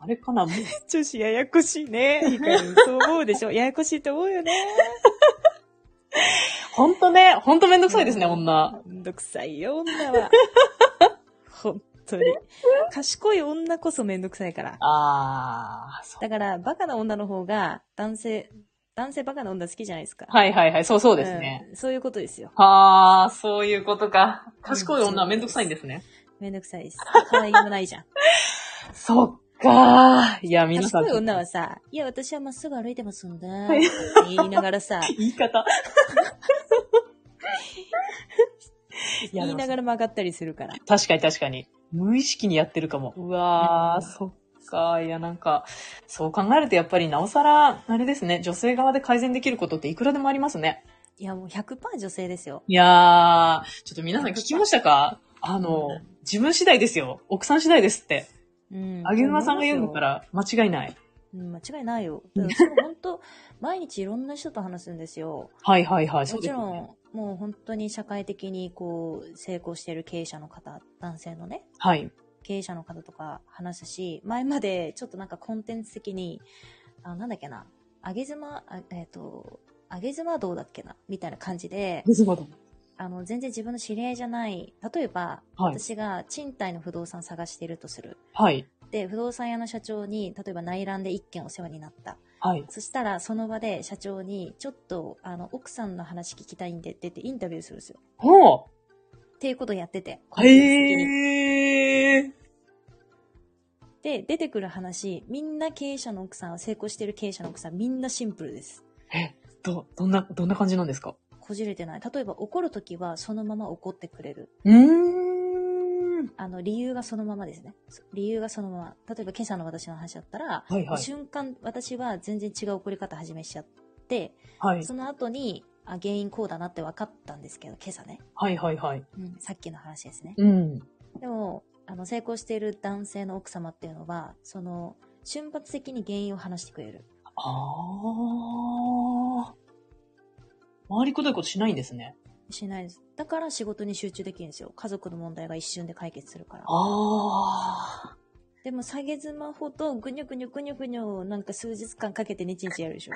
あれかなもう女子ややこしいね。そう思うでしょ。ややこしいって思うよね。ほんとね、ほんとめんどくさいですね、女。めんどくさいよ、女は。本当に。賢い女こそめんどくさいから。ああ、そう。だから、バカな女の方が、男性、男性バカな女好きじゃないですか。はいはいはい、そうそうそですね。。そういうことですよ。ああ、そういうことか。賢い女はめんどくさいんですね。めんどくさいです。可愛げもないじゃん。そっかー。いや、皆さん。賢い女はさ、いや、私はまっすぐ歩いてますんで、って言いなが [laughs] らさ、言い方。いや [laughs] 言いながら曲がったりするから。確かに確かに。無意識にやってるかも。うわー、うんそっか。いや、なんか、そう考えるとやっぱりなおさら、あれですね、女性側で改善できることっていくらでもありますね。いや、もう100%女性ですよ。いやー、ちょっと皆さん聞きましたかあのうん、自分次第ですよ。奥さん次第ですって。うん。あげぬまさんが言うのかとら間違いない。思いますよ。うん、間違いないよ。だからそれ本当、毎日いろんな人と話すんですよ。はいはいはい、そもうでちす、ろね。ん、もう本当に社会的にこう、成功している経営者の方、男性のね、はい。経営者の方とか話すし、前までちょっとなんかコンテンツ的に、あなんだっけな、あげ妻、あえっ、と、あげ妻どうだっけな、みたいな感じで、水窓。あの、全然自分の知り合いじゃない、例えば、はい私が賃貸の不動産探してるとする。はい。で、不動産屋の社長に、例えば内覧で一件お世話になった。はい。そしたら、その場で社長に、ちょっと、あの、奥さんの話聞きたいんでって言ってインタビューするんですよ。ほっていうことをやってて。うへえー。で、出てくる話、みんな経営者の奥さん、成功してる経営者の奥さん、みんなシンプルです。ど、どんな、どんな感じなんですかこじれてない。例えば怒るときは、そのまま怒ってくれる。うーん。あの、理由がそのままですね。そ理由がそのまま。例えば今朝の私の話だったら、はいはい瞬間、私は全然違う怒り方始めしちゃって、はい。その後に、あ、原因こうだなって分かったんですけど、今朝ね。はいはいはい。うん、さっきの話ですね。うん。でも、あの、成功している男性の奥様っていうのは、その、瞬発的に原因を話してくれる。ああ。周りくどいことしないんですね。しないです。だから仕事に集中できるんですよ。家族の問題が一瞬で解決するから。ああ。でも、下げ妻ほどぐにょぐにょぐにょぐにょ、なんか数日間かけてねちんちんやるでし [laughs] ょ。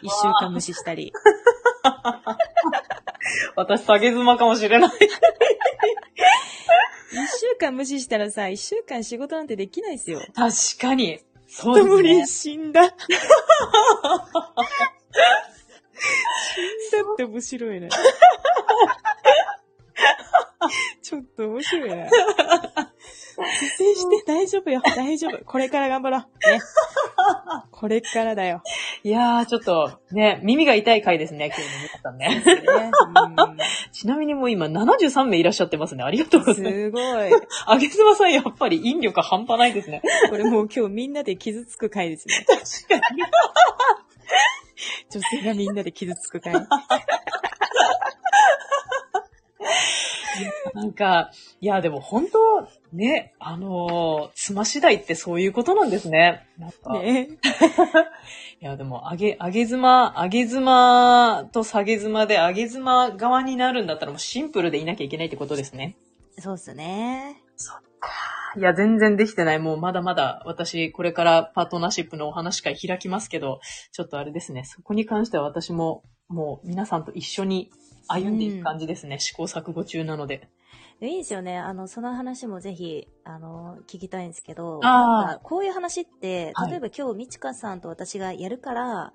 一週間無視したり。私、下げ妻かもしれない。一週間無視したらさ、一週間仕事なんてできないですよ。確かに。そ無うで理すね。死んだ。死んだって面白いね。ちょっと面白いね。自制して大丈夫よ。大丈夫。これから頑張ろう。ね、これからだよ。いやー、ちょっと、ね、耳が痛い回ですね、今日の皆さんね。ねうん [laughs] ちなみにもう今73名いらっしゃってますね。ありがとうございます。すごい。あげ妻さん、やっぱり引力半端ないですね。これもう今日みんなで傷つく回ですね。女性がみんなで傷つく回。なんか、いや、でも本当、ね、あのー妻次第ってそういうことなんですね。なんか、ね。いや、でも、上げ、上げ妻、上げ妻と下げ妻で、上げ妻側になるんだったらもうシンプルでいなきゃいけないってことですね。そうっすね。いや、全然できてない。もうまだまだ、私、これからパートナーシップのお話会開きますけど、ちょっとあれですね、そこに関しては私も、もう皆さんと一緒に歩んでいく感じですね。試行錯誤中なので。でいいですよね。あの、その話もぜひ、あの、聞きたいんですけど、あーなんかこういう話っては、い例えば今日、みちかさんと私がやるから、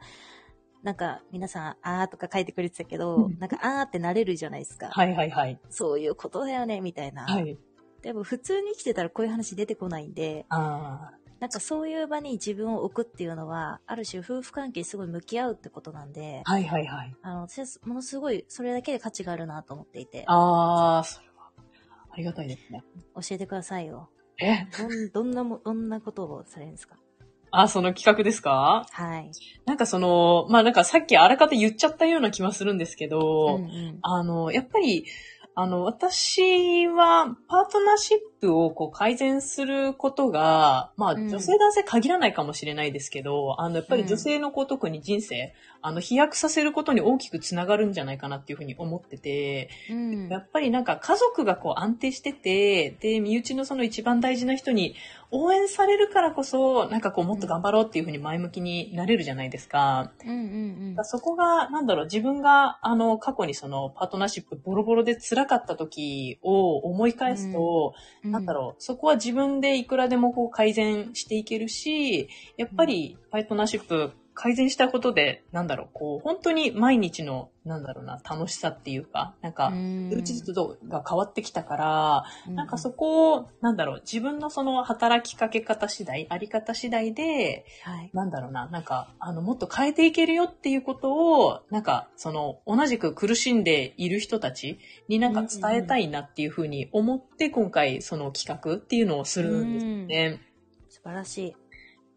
なんか、皆さん、あーとか書いてくれてたけど、うんなんか、あーってなれるじゃないですか。はいはいはい。そういうことだよね、みたいな。はい。でも、普通に生きてたらこういう話出てこないんで、あなんかそういう場に自分を置くっていうのは、ある種、夫婦関係にすごい向き合うってことなんで、あ。はいはいはい。あの、私はものすごい、それだけで価値があるなと思っていて、ああ、それは、ありがたいですね。教えてくださいよ。えどん、 [laughs] どんなも、どんなことをされるんですかあ、その企画ですかはい。なんかその、まあなんかさっきあらかた言っちゃったような気はするんですけど、うんうんあの、やっぱり、あの、私はパートナーシップをこう改善することが、まあうん女性男性限らないかもしれないですけど、あの、やっぱり女性のこう特に人生、あの、飛躍させることに大きくつながるんじゃないかなっていうふうに思ってて、うんやっぱりなんか家族がこう安定してて、で、身内のその一番大事な人に応援されるからこそ、なんかこうもっと頑張ろうっていうふうに前向きになれるじゃないですか。うんうんだからそこが、なんだろう、自分があの過去にそのパートナーシップボロボロで辛かった時を思い返すと、なんだろう、そこは自分でいくらでもこう改善していけるし、やっぱりパイトナーシップ改善したことで、なんだろう、こう、本当に毎日の、なんだろうな、楽しさっていうか、なんか、ルーチズとが変わってきたから、なんかそこを、なんだろう、自分のその働きかけ方次第、あり方次第で、はい。なんだろうな、なんか、あの、もっと変えていけるよっていうことを、なんか、その、同じく苦しんでいる人たちになんか伝えたいなっていうふうに思って、今回、その企画っていうのをするんですよね。素晴らしい。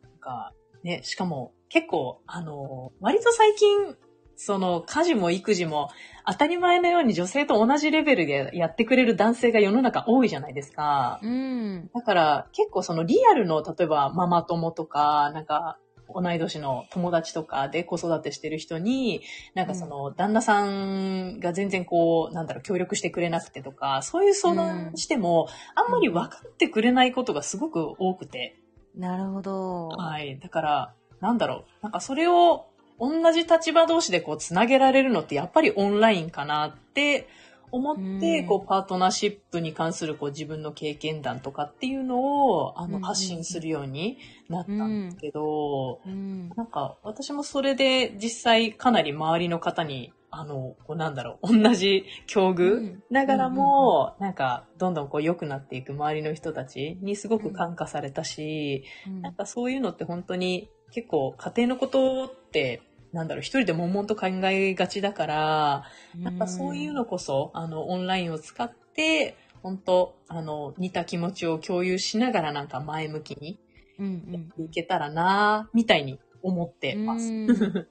なんか、ね、しかも、結構、あの、割と最近、その、家事も育児も、当たり前のように女性と同じレベルでやってくれる男性が世の中多いじゃないですか。うん。だから結構そのリアルの例えばママ友とか、なんか同い年の友達とかで子育てしてる人に、なんかその旦那さんが全然こう、なんだろう、協力してくれなくてとか、そういう相談しても、あんまり分かってくれないことがすごく多くて、なるほど。はい。だから、なんだろう、なんかそれを同じ立場同士でこう、つなげられるのってやっぱりオンラインかなって、思って、うんこう、パートナーシップに関する、こう、自分の経験談とかっていうのを、あうんうんの、うん発信するようになったんですけど、うん。なんか、私もそれで、実際、かなり周りの方に、あの、こうなんだろう、同じ境う遇んながらも、なんか、どんどんこう、良くなっていく周りの人たちにすごく感化されたし、うんなんかそういうのって本当に結構家庭のことって、なんだろう、一人で悶々と考えがちだから、なんかそういうのこそ、あの、オンラインを使って、本当あの、似た気持ちを共有しながらなんか前向きにうんうやっんていけたらなぁみたいに思ってます。うん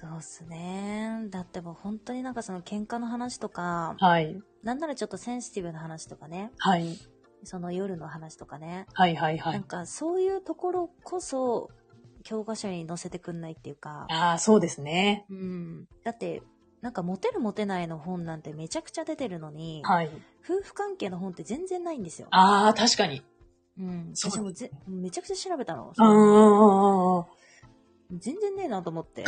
そうっすね。だってもう本当になんかその喧嘩の話とか、はい。なんならちょっとセンシティブな話とかね、はい。その夜の話とかね、はいはいはなんい。かそういうところこそ教科書に載せてくんないっていうか、ああ、そうですね。うん。だって、なんかモテるモテないの本なんてめちゃくちゃ出てるのに、はい。夫婦関係の本って全然ないんですよ。ああ、確かに。うん。そう私もぜめちゃくちゃ調べたの。うんうんうんうん。全然ねえなと [laughs] 思って。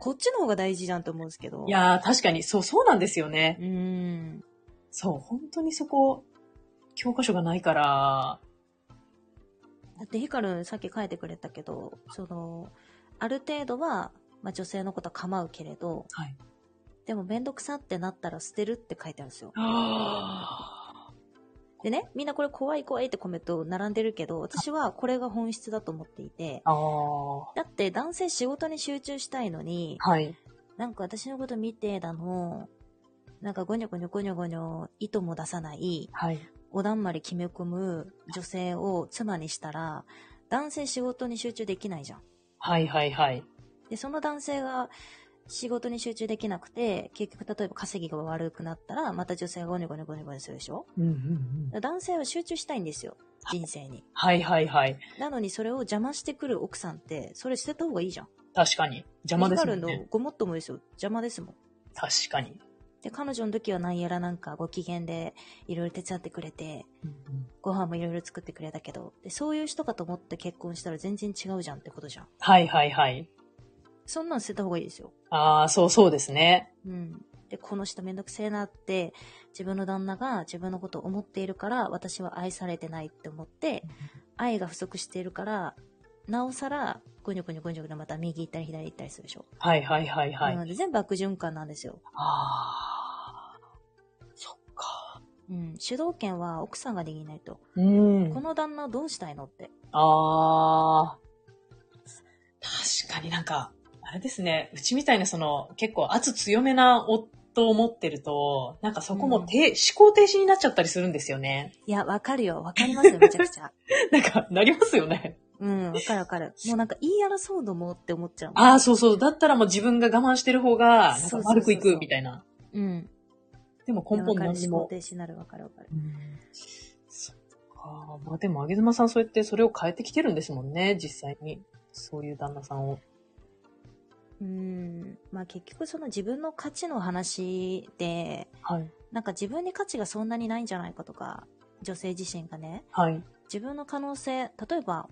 こっちの方が大事じゃんと思うんですけど。い。やー確かに、そう、そうなんですよね。うん。そう、本当にそこ、教科書がないから、だってヒカルさっき書いてくれたけど、その、ある程度は、まあ、女性のことは構うけれど、はい。でもめんどくさってなったら捨てるって書いてあるんですよ。あでね、みんなこれ怖い怖いってコメント並んでるけど、私はこれが本質だと思っていて、あー。だって男性仕事に集中したいのに、はい。なんか私のこと見てだの、なんかゴニョゴニョゴニョゴニョ、糸も出さない、はい。おだんまり決め込む女性を妻にしたら、男性仕事に集中できないじゃん。はいはいはい。で、その男性が仕事に集中できなくて、結局例えば稼ぎが悪くなったら、また女性がゴニョゴニョゴニョゴニョするでしょうんうんうん。男性は集中したいんですよ。人生に。はいはいはい。なのにそれを邪魔してくる奥さんって、それ捨てた方がいいじゃん。確かに。邪魔ですもんヒカルのね。ごもっともですよ。邪魔ですもん。確かに。で、彼女の時は何やらなんかご機嫌でいろいろ手伝ってくれて、ご飯もいろいろ作ってくれたけど、で、そういう人かと思って結婚したら全然違うじゃんってことじゃん。はいはいはい。そんなん捨てた方がいいですよ。ああ、そうそうですね。うん。で、この人めんどくせえなって、自分の旦那が自分のことを思っているから、私は愛されてないって思って、愛が不足しているから、なおさら、ぐにょぐにょぐにょぐにょまた右行ったり左行ったりするでしょ。はいはいはいはい。なので全部悪循環なんですよ。ああ。そっか。うん。主導権は奥さんが握らないと。うんこ。の旦那をどうしたいのって。ああ。確かになんか、あれですね。うちみたいなその、結構圧強めな夫を持ってると、なんかそこもて、思考停止になっちゃったりするんですよね。 [laughs] いや、わかるよ。わかりますよ、めちゃくちゃ。 [laughs] なんか、なりますよね。うん、わかるわかる。もうなんか言い争うのもって思っちゃうもん。ああ、そうそう。だったらもう自分が我慢してる方が、なんかそうそうそうそう悪くいくみたいな。うん。でも根本何にも。も肯。定しなるわかるわかる。そっか。まあでも、あげずまさんそうやってそれを変えてきてるんですもんね、実際に。そういう旦那さんを。うん。まあ結局その自分の価値の話で、はい。なんか自分に価値がそんなにないんじゃないかとか、女性自身がね、はい。自分の可能性、例えば、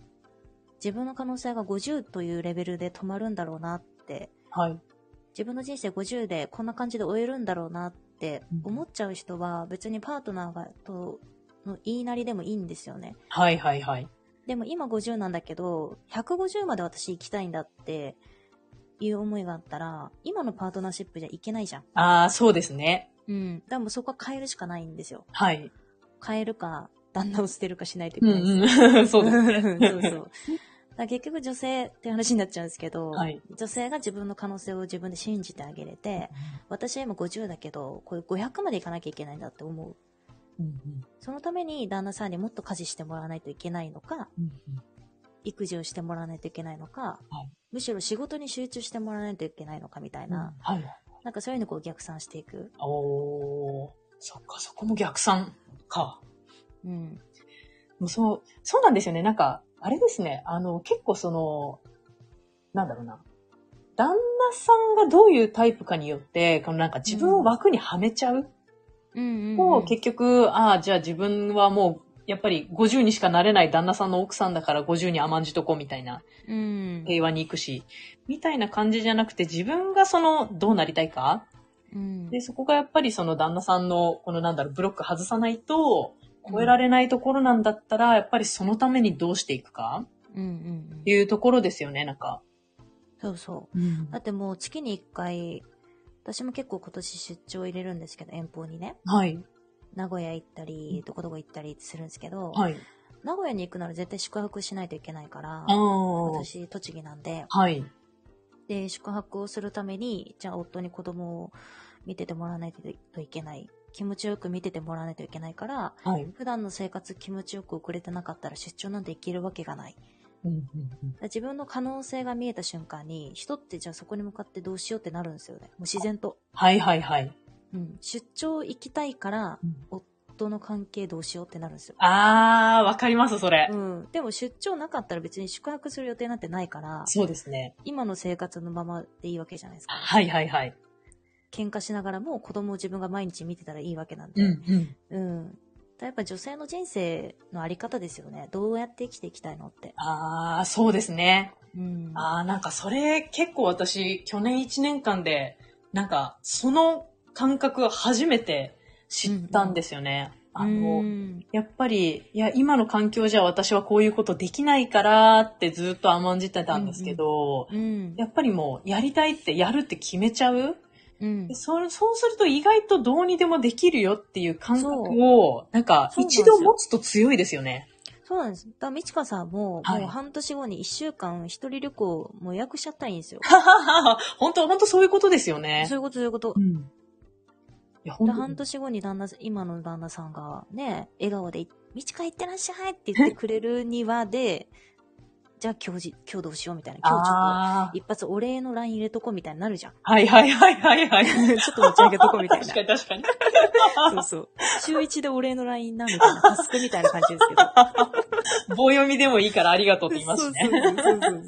自分の可能性が50というレベルで止まるんだろうなって、はい。自分の人生50でこんな感じで終えるんだろうなってうん思っちゃう人は別にパートナーがとの言いなりでもいいんですよね。はいはいはい。でも今50なんだけど、150まで私行きたいんだっていう思いがあったら、今のパートナーシップじゃいけないじゃん。ああ、そうですね。うん。だからもうそこは変えるしかないんですよ。はい。変えるか、旦那を捨てるかしないといけうないです。んうん。 [laughs] そうです。 [laughs] そうそう。だから結局女性って話になっちゃうんですけど、はい女性が自分の可能性を自分で信じてあげれて、私は今50だけど、これ500までいかなきゃいけないんだって思う。そのために旦那さんにもっと家事してもらわないといけないのか、育児をしてもらわないといけないのか、はいむしろ仕事に集中してもらわないといけないのかみたいな、はい。なんかそういうのをこう逆算していく。おー、そっか、そこも逆算か。うん。もうそう、そうなんですよね。なんか、あれですね。あの、結構その、なんだろうな。旦那さんがどういうタイプかによって、このなんか自分を枠にはめちゃううんうん、うん。もう結局、ああ、じゃあ自分はもう、やっぱり50にしかなれない旦那さんの奥さんだから50に甘んじとこうみたいな、うん。平和に行くし、みたいな感じじゃなくて自分がその、どうなりたいかうん。で、そこがやっぱりその旦那さんの、このなんだろう、ブロック外さないと、超えられないところなんだったら、やっぱりそのためにどうしていくかうんうんっうてん。いうところですよね、なんか。そうそう。だってもう月に1回、私も結構今年出張入れるんですけど、遠方にね、はい、名古屋行ったり、どこどこ行ったりするんですけど、はい。名古屋に行くなら絶対宿泊しないといけないからあ、あ、私、栃木なんで、はい。で、宿泊をするために、じゃあ夫に子供を見ててもらわないといけない。気持ちよく見ててもらわないといけないから、はい。普段の生活気持ちよく送れてなかったら出張なんて行けるわけがない。うんうんうんだから自分の可能性が見えた瞬間に、人ってじゃあそこに向かってどうしようってなるんですよね。もう自然と。はい、はい、はい。うん、出張行きたいからうん夫の関係どうしようってなるんですよ。ああ、わかります、それ。うん、でも出張なかったら別に宿泊する予定なんてないからそうですね。今の生活のままでいいわけじゃないですかはい、はい、はい。喧嘩しながらも子供を自分が毎日見てたらいいわけなんうで、ん、うん。うんだからやっぱ女性の人生のあり方ですよねどうやって生きていきたいのって、ああ、そうですね。うん、ああ、なんかそれ結構私、去年1年間で、なんかその感覚を初めて知ったんですよね。うあの、んやっぱり、いや、今の環境じゃ私はこういうことできないからってずっと甘んじてたんですけど、うんやっぱりもうやりたいってやるって決めちゃううんでそそうすると意外とどうにでもできるよっていう感覚を、なんかそうなんです一よ度持つと強いですよね。 [laughs] そうなんです。だから、みちかさんも、はいもう半年後に一週間一人旅行もう予約しちゃったらいいんですよ。本当本当そういうことですよねそ。ういうこと、そういうこと。うん。いや、本で当半年後に旦那さん今の旦那さんがね笑顔で「みちか行ってらっしゃい」って言ってくれるにはでじゃあ今日じ今日どうしようみたいな今日ちょっあと一発お礼の LINE 入れとこうみたいになるじゃんあ。はいはいはいはい [laughs] はい。ちょっと持ち上げとこうみたいな確かに確かに。そうそう週一でお礼の LINE なみたいなタスクみたいな感じですけ [laughs] ど棒読みでもいいからありがとうって言いますしね。そうそうそう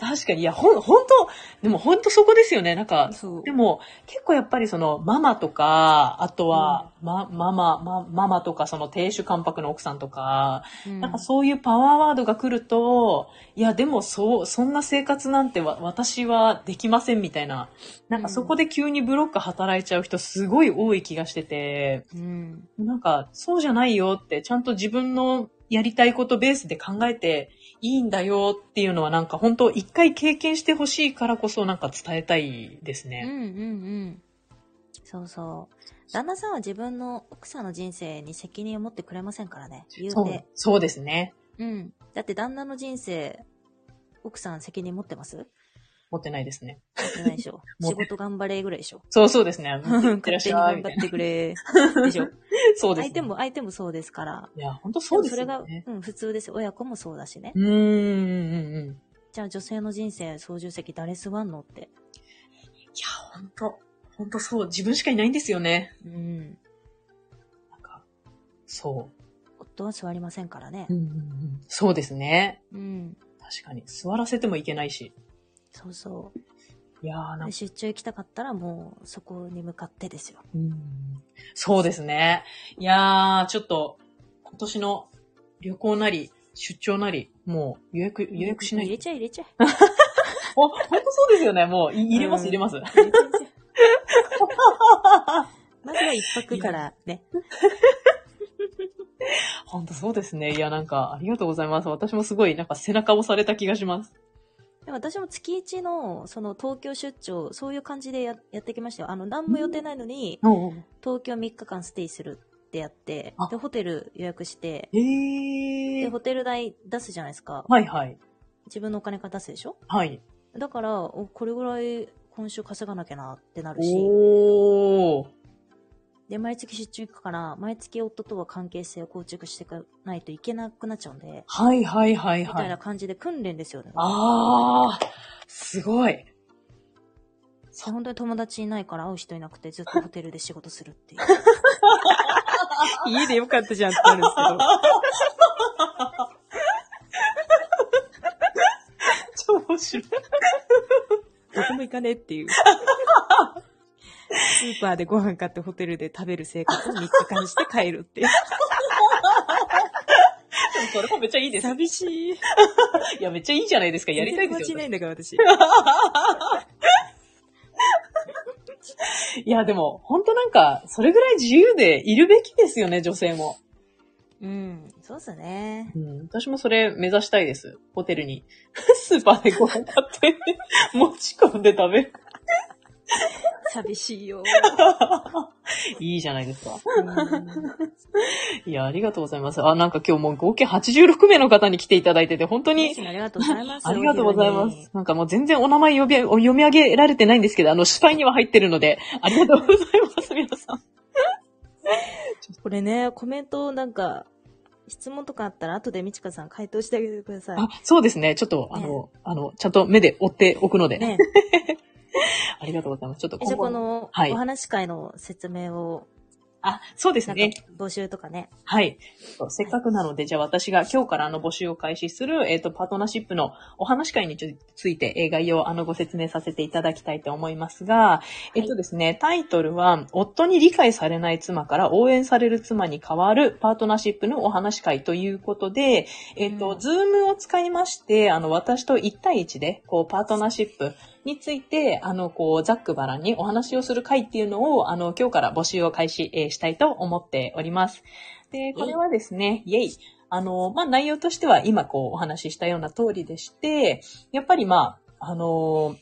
確かに。いや、ほん、本当でも本当そこですよね。なんそか [laughs] う、そうでも結構やっぱりそのママとか、あとは、ま、ママ、ま、ママとかその亭主関白の奥さんとか、うんなんかそういうパワーワードが来ると、いや、でもそう、そんな生活なんてわ私はできませんみたいな。なんかそこで急にブロック働いちゃう人すごい多い気がしてて、うんなんかそうじゃないよって、ちゃんと自分のやりたいことベースで考えていいんだよっていうのはなんか本当一回経験してほしいからこそなんか伝えたいですうんね。うんうんそうそう旦那さんは自分の奥さんの人生に責任を持ってくれませんからね言うてそう、そうですね。うん。だって旦那の人生、奥さん責任持ってます持持っってないですね。。てないでしょ [laughs] 持っ仕て事頑張れぐらい [laughs] でしょ。そうそうですね。い勝っ手てらっにしゃい頑み張たいっな。てくれ。でしょ。 [laughs] そうです、ね。相手も、相手もそうですから。いや、本当そうですでよもそれね。が、うん、普通です。親子もそうだしねう。ーんうんうん。じゃあ女性の人生、操縦席誰座んのって。いや、ほんと、ほんとそう、自分しかいないんですよね。うん。なんか、そ夫は座りませんからねう。。そうですね。うん。確かに。座らせてもいけないし。そうそう。いやー、なんか、で出張行きたかったらもう、そこに向かってですよ。うんそうですね。いやー、ちょっと、今年の旅行なり、出張なり、もう予約、予約しな入れい。ちゃえ入れちゃえ。 [laughs] ほほんとそうですよね。もう、い入れます、うん入れます。入れちゃえ入れちゃ [laughs] えまずは一泊からね。本当そうですね。いや、なんか、ありがとうございます。私もすごい、なんか背中をされた気がします。でも私も月一の、その東京出張、そういう感じでややってきましたよ。あの、何も予定ないのに、東京3日間ステイするってやってあ、で、ホテル予約して、えで、えホテル代出すじゃないですか。はいはい。自分のお金から出すでしょはい。だから、おこれぐらい今週稼がなきゃなってなるし、おー。で、毎月出張行くから、毎月夫とは関係性を構築していかないといけなくなっちゃうんで、はいはいはいみたはい。ない感じで訓練ですよね。あー、すごい。で本当に友達いないから会う人いなくて、ずっとホテルで仕事するっていう。 [laughs] 家でよかったじゃんってなるんですけど。 [laughs] 超面白い。どこも行かねえって [laughs] いう。スーパーでご飯買ってホテルで食べる生活を3日間して帰る [laughs] っていう。それもめっちゃいいです。寂し [laughs] い。いや、めっちゃいいじゃないですか。やりたいで全然気す持ちよ。ないんだから [laughs] 私。いや、でも、ほんとなんか、それぐらい自由でいるべきですよね、女性も。うん、そうっすね。うん、私もそれ目指したいです。ホテルに。 [laughs] スーパーでご飯買って、 [laughs] 持ち込んで食べる。 [laughs] 寂しいよ。いいじゃないですか。うんいや、ありがとうございます。あ、なんか今日もう合計86名の方に来ていただいてて、本当に嬉しいねありがとうございます。ありがとうございまお昼す。なんかもう全然お名前呼び、お読み上げられてないんですけど、あの、視界には入ってるので、ありがとうございます、皆さん。に。これね、コメントなんか、質問とかあったら後でみちかさん回答してあげてくださあ、そうですね。ちょっと、あの、あの、ちゃんと目で追っておくのい。で、 [laughs] ね。ありがとうございます。ちょっとえじゃあこ後の、はいお話し会の説明を、あ、そうですなんねか。募集とかね。はい。そうせっかくなので、じゃあ私が今日からあの募集を開始する、えっ、と、パートナーシップのお話し会にちょついて、えー概要をあのご説明させていただきたいと思いますが、えっとですね、タイトルは、夫に理解されない妻から応援される妻に変わるパートナーシップのお話し会ということで、えっうと、んズームを使いまして、あの、私と1対1で、こう、パートナーシップについて、あの、こう、ざっくばらんにお話をする会っていうのを、あの、今日から募集を開始、えーしたいと思っております。で、これはですね、イェイ。あの、まあ、内容としては今こうお話ししたような通りでして、やっぱりまあ、あの、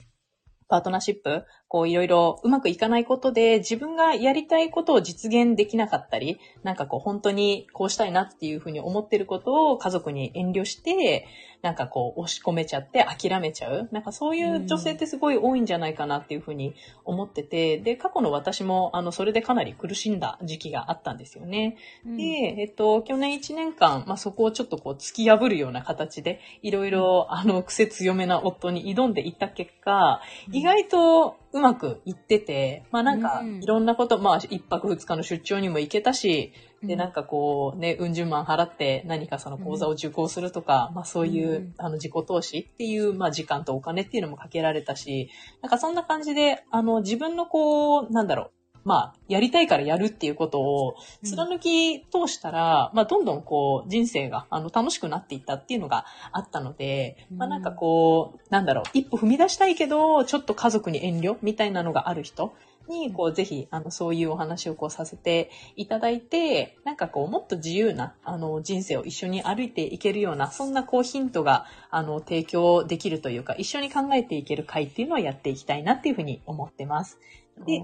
パートナーシップ、こういろいろうまくいかないことで自分がやりたいことを実現できなかったり、なんかこう本当にこうしたいなっていうふうに思ってることを家族に遠慮して、なんかこう押し込めちゃって諦めちゃう。なんかそういう女性ってすごい多いんじゃないかなっていうふうに思ってて、で、過去の私もあのそれでかなり苦しんだ時期があったんですよね。うんで、えっと、去年1年間、まあ、そこをちょっとこう突き破るような形で、いろいろ、あの、癖強めな夫に挑んでいった結果、意外とうまくいってて、まあ、なんかう、んいろんなこと、まあ、一泊二日の出張にも行けたし、で、なんか、かこう、ね、うん十万払って何かその講座を受講するとか、まあ、そういう、うんあの、自己投資っていう、まあ、時間とお金っていうのもかけられたし、なんかそんな感じで、あの、自分のこう、なんだろう、まあ、やりたいからやるっていうことを、うん貫き通したら、まあ、どんどんこう、人生が、あの、楽しくなっていったっていうのがあったので、まあ、うんなんかこう、なんだろう、一歩踏み出したいけど、ちょっと家族に遠慮みたいなのがある人に、こう、ぜひ、あの、そういうお話をこうさせていただいて、なんかこう、もっと自由な、あの、人生を一緒に歩いていけるような、そんなこう、ヒントが、あの、提供できるというか、一緒に考えていける会っていうのをやっていきたいなっていうふうに思ってます。で、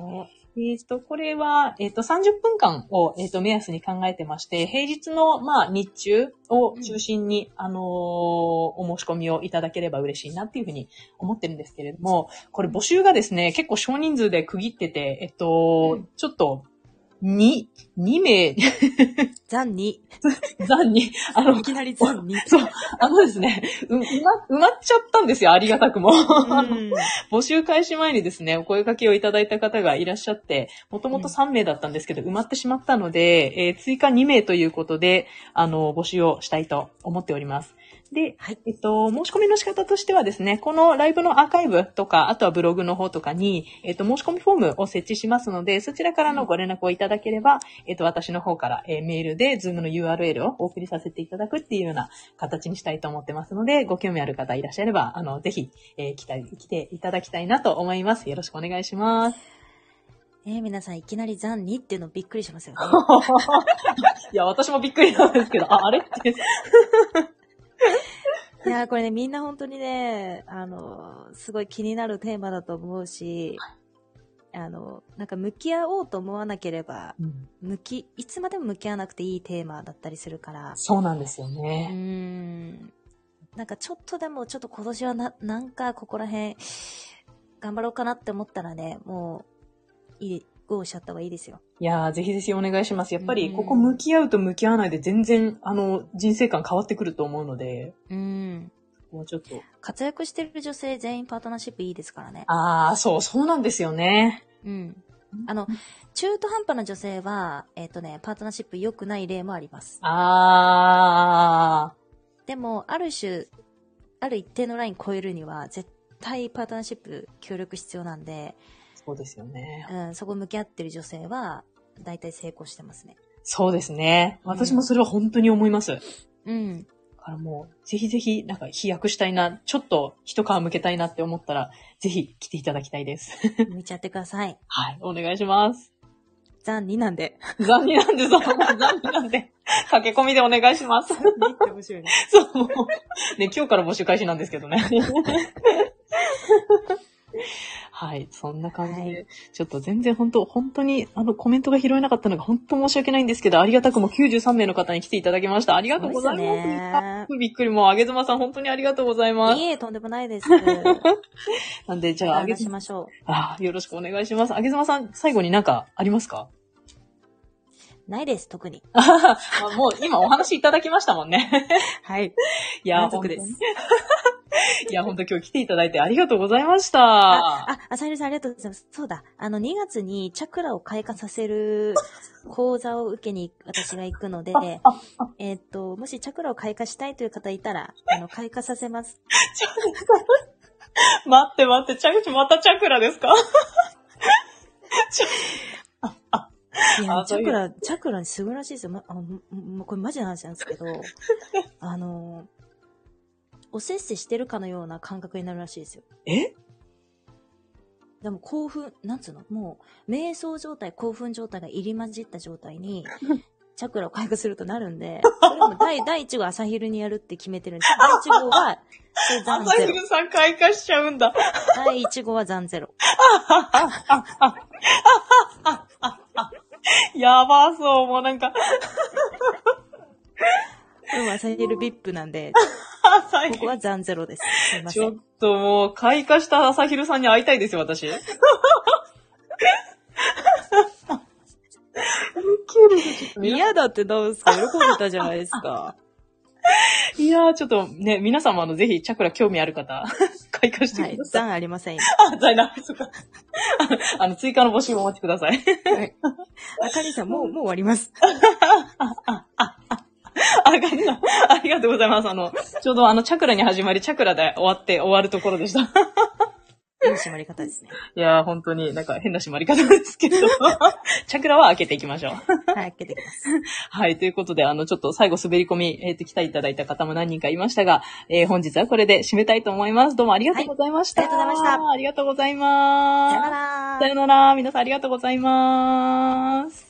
えっ、と、これは、えっ、と、30分間を、えっ、と、目安に考えてまして、平日の、まあ、日中を中心に、あのーお申し込みをいただければ嬉しいなっていうふうに思ってるんですけれども、これ募集がですね、結構少人数で区切ってて、えっ、と、うんちょっと、に、2名、 [laughs] 残に。残に、あのい、きなり残に。あのですね、う、埋ま、埋まっちゃったんですよ、ありがたくも。 [laughs] うん募集開始前にですね、お声掛けをいただいた方がいらっしゃって、もともとうん3名だったんですけど、埋まってしまったので、えー追加2名ということで、あの、募集をしたいと思っております。で、はい。えっと、申し込みの仕方としてはですね、このライブのアーカイブとか、あとはブログの方とかに、えっと、申し込みフォームを設置しますので、そちらからのご連絡をいただければ、えっと、私の方から、えーメールで、ズームの URL をお送りさせていただくっていうような形にしたいと思ってますので、ご興味ある方いらっしゃれば、あ [laughs] の、ぜひ、えー来た、来ていただきたいなと思います。よろしくお願いします。えね皆さんいきなり残にっていうのびっくりしますよね。いや、私もびっくりなんですけど、あ、あれって。 [laughs] いやーこれね、みんな本当にね、あのー、すごい気になるテーマだと思うし、あの、なんか向き合おうと思わなければ、向き、いつまでも向き合わなくていいテーマだったりするから、そうなんですようーね。ん、なんかちょっとでもちょっと今年はな、なんかここら辺、頑張ろうかなって思ったらね、もう、いい、ゴーしちゃった方がいいですよ。いやー、ぜひぜひお願いします。やっぱうり、んここ向き合うと向き合わないで全然、あの、人生観変わってくると思うので、うん。もうちょっと。活躍してる女性全員パートナーシップいいですからね。あー、そう、そうなんですよね。うん。あの、中途半端な女性は、えっ、とね、パートナーシップ良くない例もあります。あでも、ある種、ある一定のライン超えるには、絶対パートナーシップ協力必要なんで、ー、そうですよね。うん、そこ向き合ってる女性は、大体成功してますね。そうですね。うん私もそれは本当に思います。だうん。からもう、ぜひぜひ、なんか飛躍したいな、ちょっと一皮向けたいなって思ったら、ぜひ来ていただきたいです。 [laughs] 向いちゃってください。はい、お願いします。残になんで。残念なんで、そう、残念なんで、駆け込みでお願いします。面白いね。 [laughs] そう、もうね、今日から募集開始なんですけどね。はい、そんな感じで、はちょっと全然本当、本当に、あの、コメントが拾えなかったのが本当申し訳ないんですけど、ありがたくも93名の方に来ていただきました。ありがとうございます。そうですね [laughs] びっくり、もう、あげずまさん本当にありがとうございます。いえ、とんでもない [laughs] です。なんで、じゃあ、あげ話しずま、 [laughs] ましょう。あーよろしくお願いします。あげずまさん、最後になんかありますかないです、特に。まあもう、今お話いただきましたもんね。はい。 [laughs] いや、満 [laughs] 足です。本当にいや、本当今日来ていただいてありがとうございました。あ、あ、あさゆりさんありがとうございます。そうだ。あの、2月にチャクラを開花させる講座を受けに私が行くので、えっと、もしチャクラを開花したいという方いたら、あの、開花させます。待って待って、チャクまたチャクラですかいや、あチそういうャクラ、チャクラにすごいらしいですよ。ま、あももこれマジな話なんですけど、 [laughs] あの、おせっせしてるかのような感覚になるらしいですよ。えでも興奮、なんつうのもう、瞑想状態、興奮状態が入り混じった状 [laughs] 態に、チャクラを開花するとなるんで、それも第、第1号朝昼にやるって決めてる [laughs] んです。第1号は、それ残朝ゼロ。昼さん開花しちゃうんだ。第1号は残ゼロ。やばそう、もうなんか、でも朝昼 VIP なんで、朝ここ昼。は残ゼロです。すいまちせょっん。ともう、開花した朝昼さんに会いたいですよ、私。びっくりしたいや嫌だってどうですか喜んでたじゃないですか。いやー、ちょっとね、皆様あの、ぜひ、チャクラ興味ある方、開花してはくい、ださい。残ありませんよ。あ、残念ですか。あの、追加の募集をお待ちください。はい。あかりさん、もう、もう終わります。あがりさん、ありがとうございます。あの、ちょうどあの、チャクラに始まり、チャクラで終わって、終わるところでした。いいい締まり方ですね。やー、本当になんか変な締まり方ですけど、チャクラは開けていきましょう。はい、開けてください。はい、ということで、あの、ちょっと最後滑り込み、えっ、と、来ていただいた方も何人かいましたが、えー本日はこれで締めたいと思います。どうもありがとうございました。はいありがとうございましありがとうございさよなます。らさ。よなら。皆さんありがとうございます。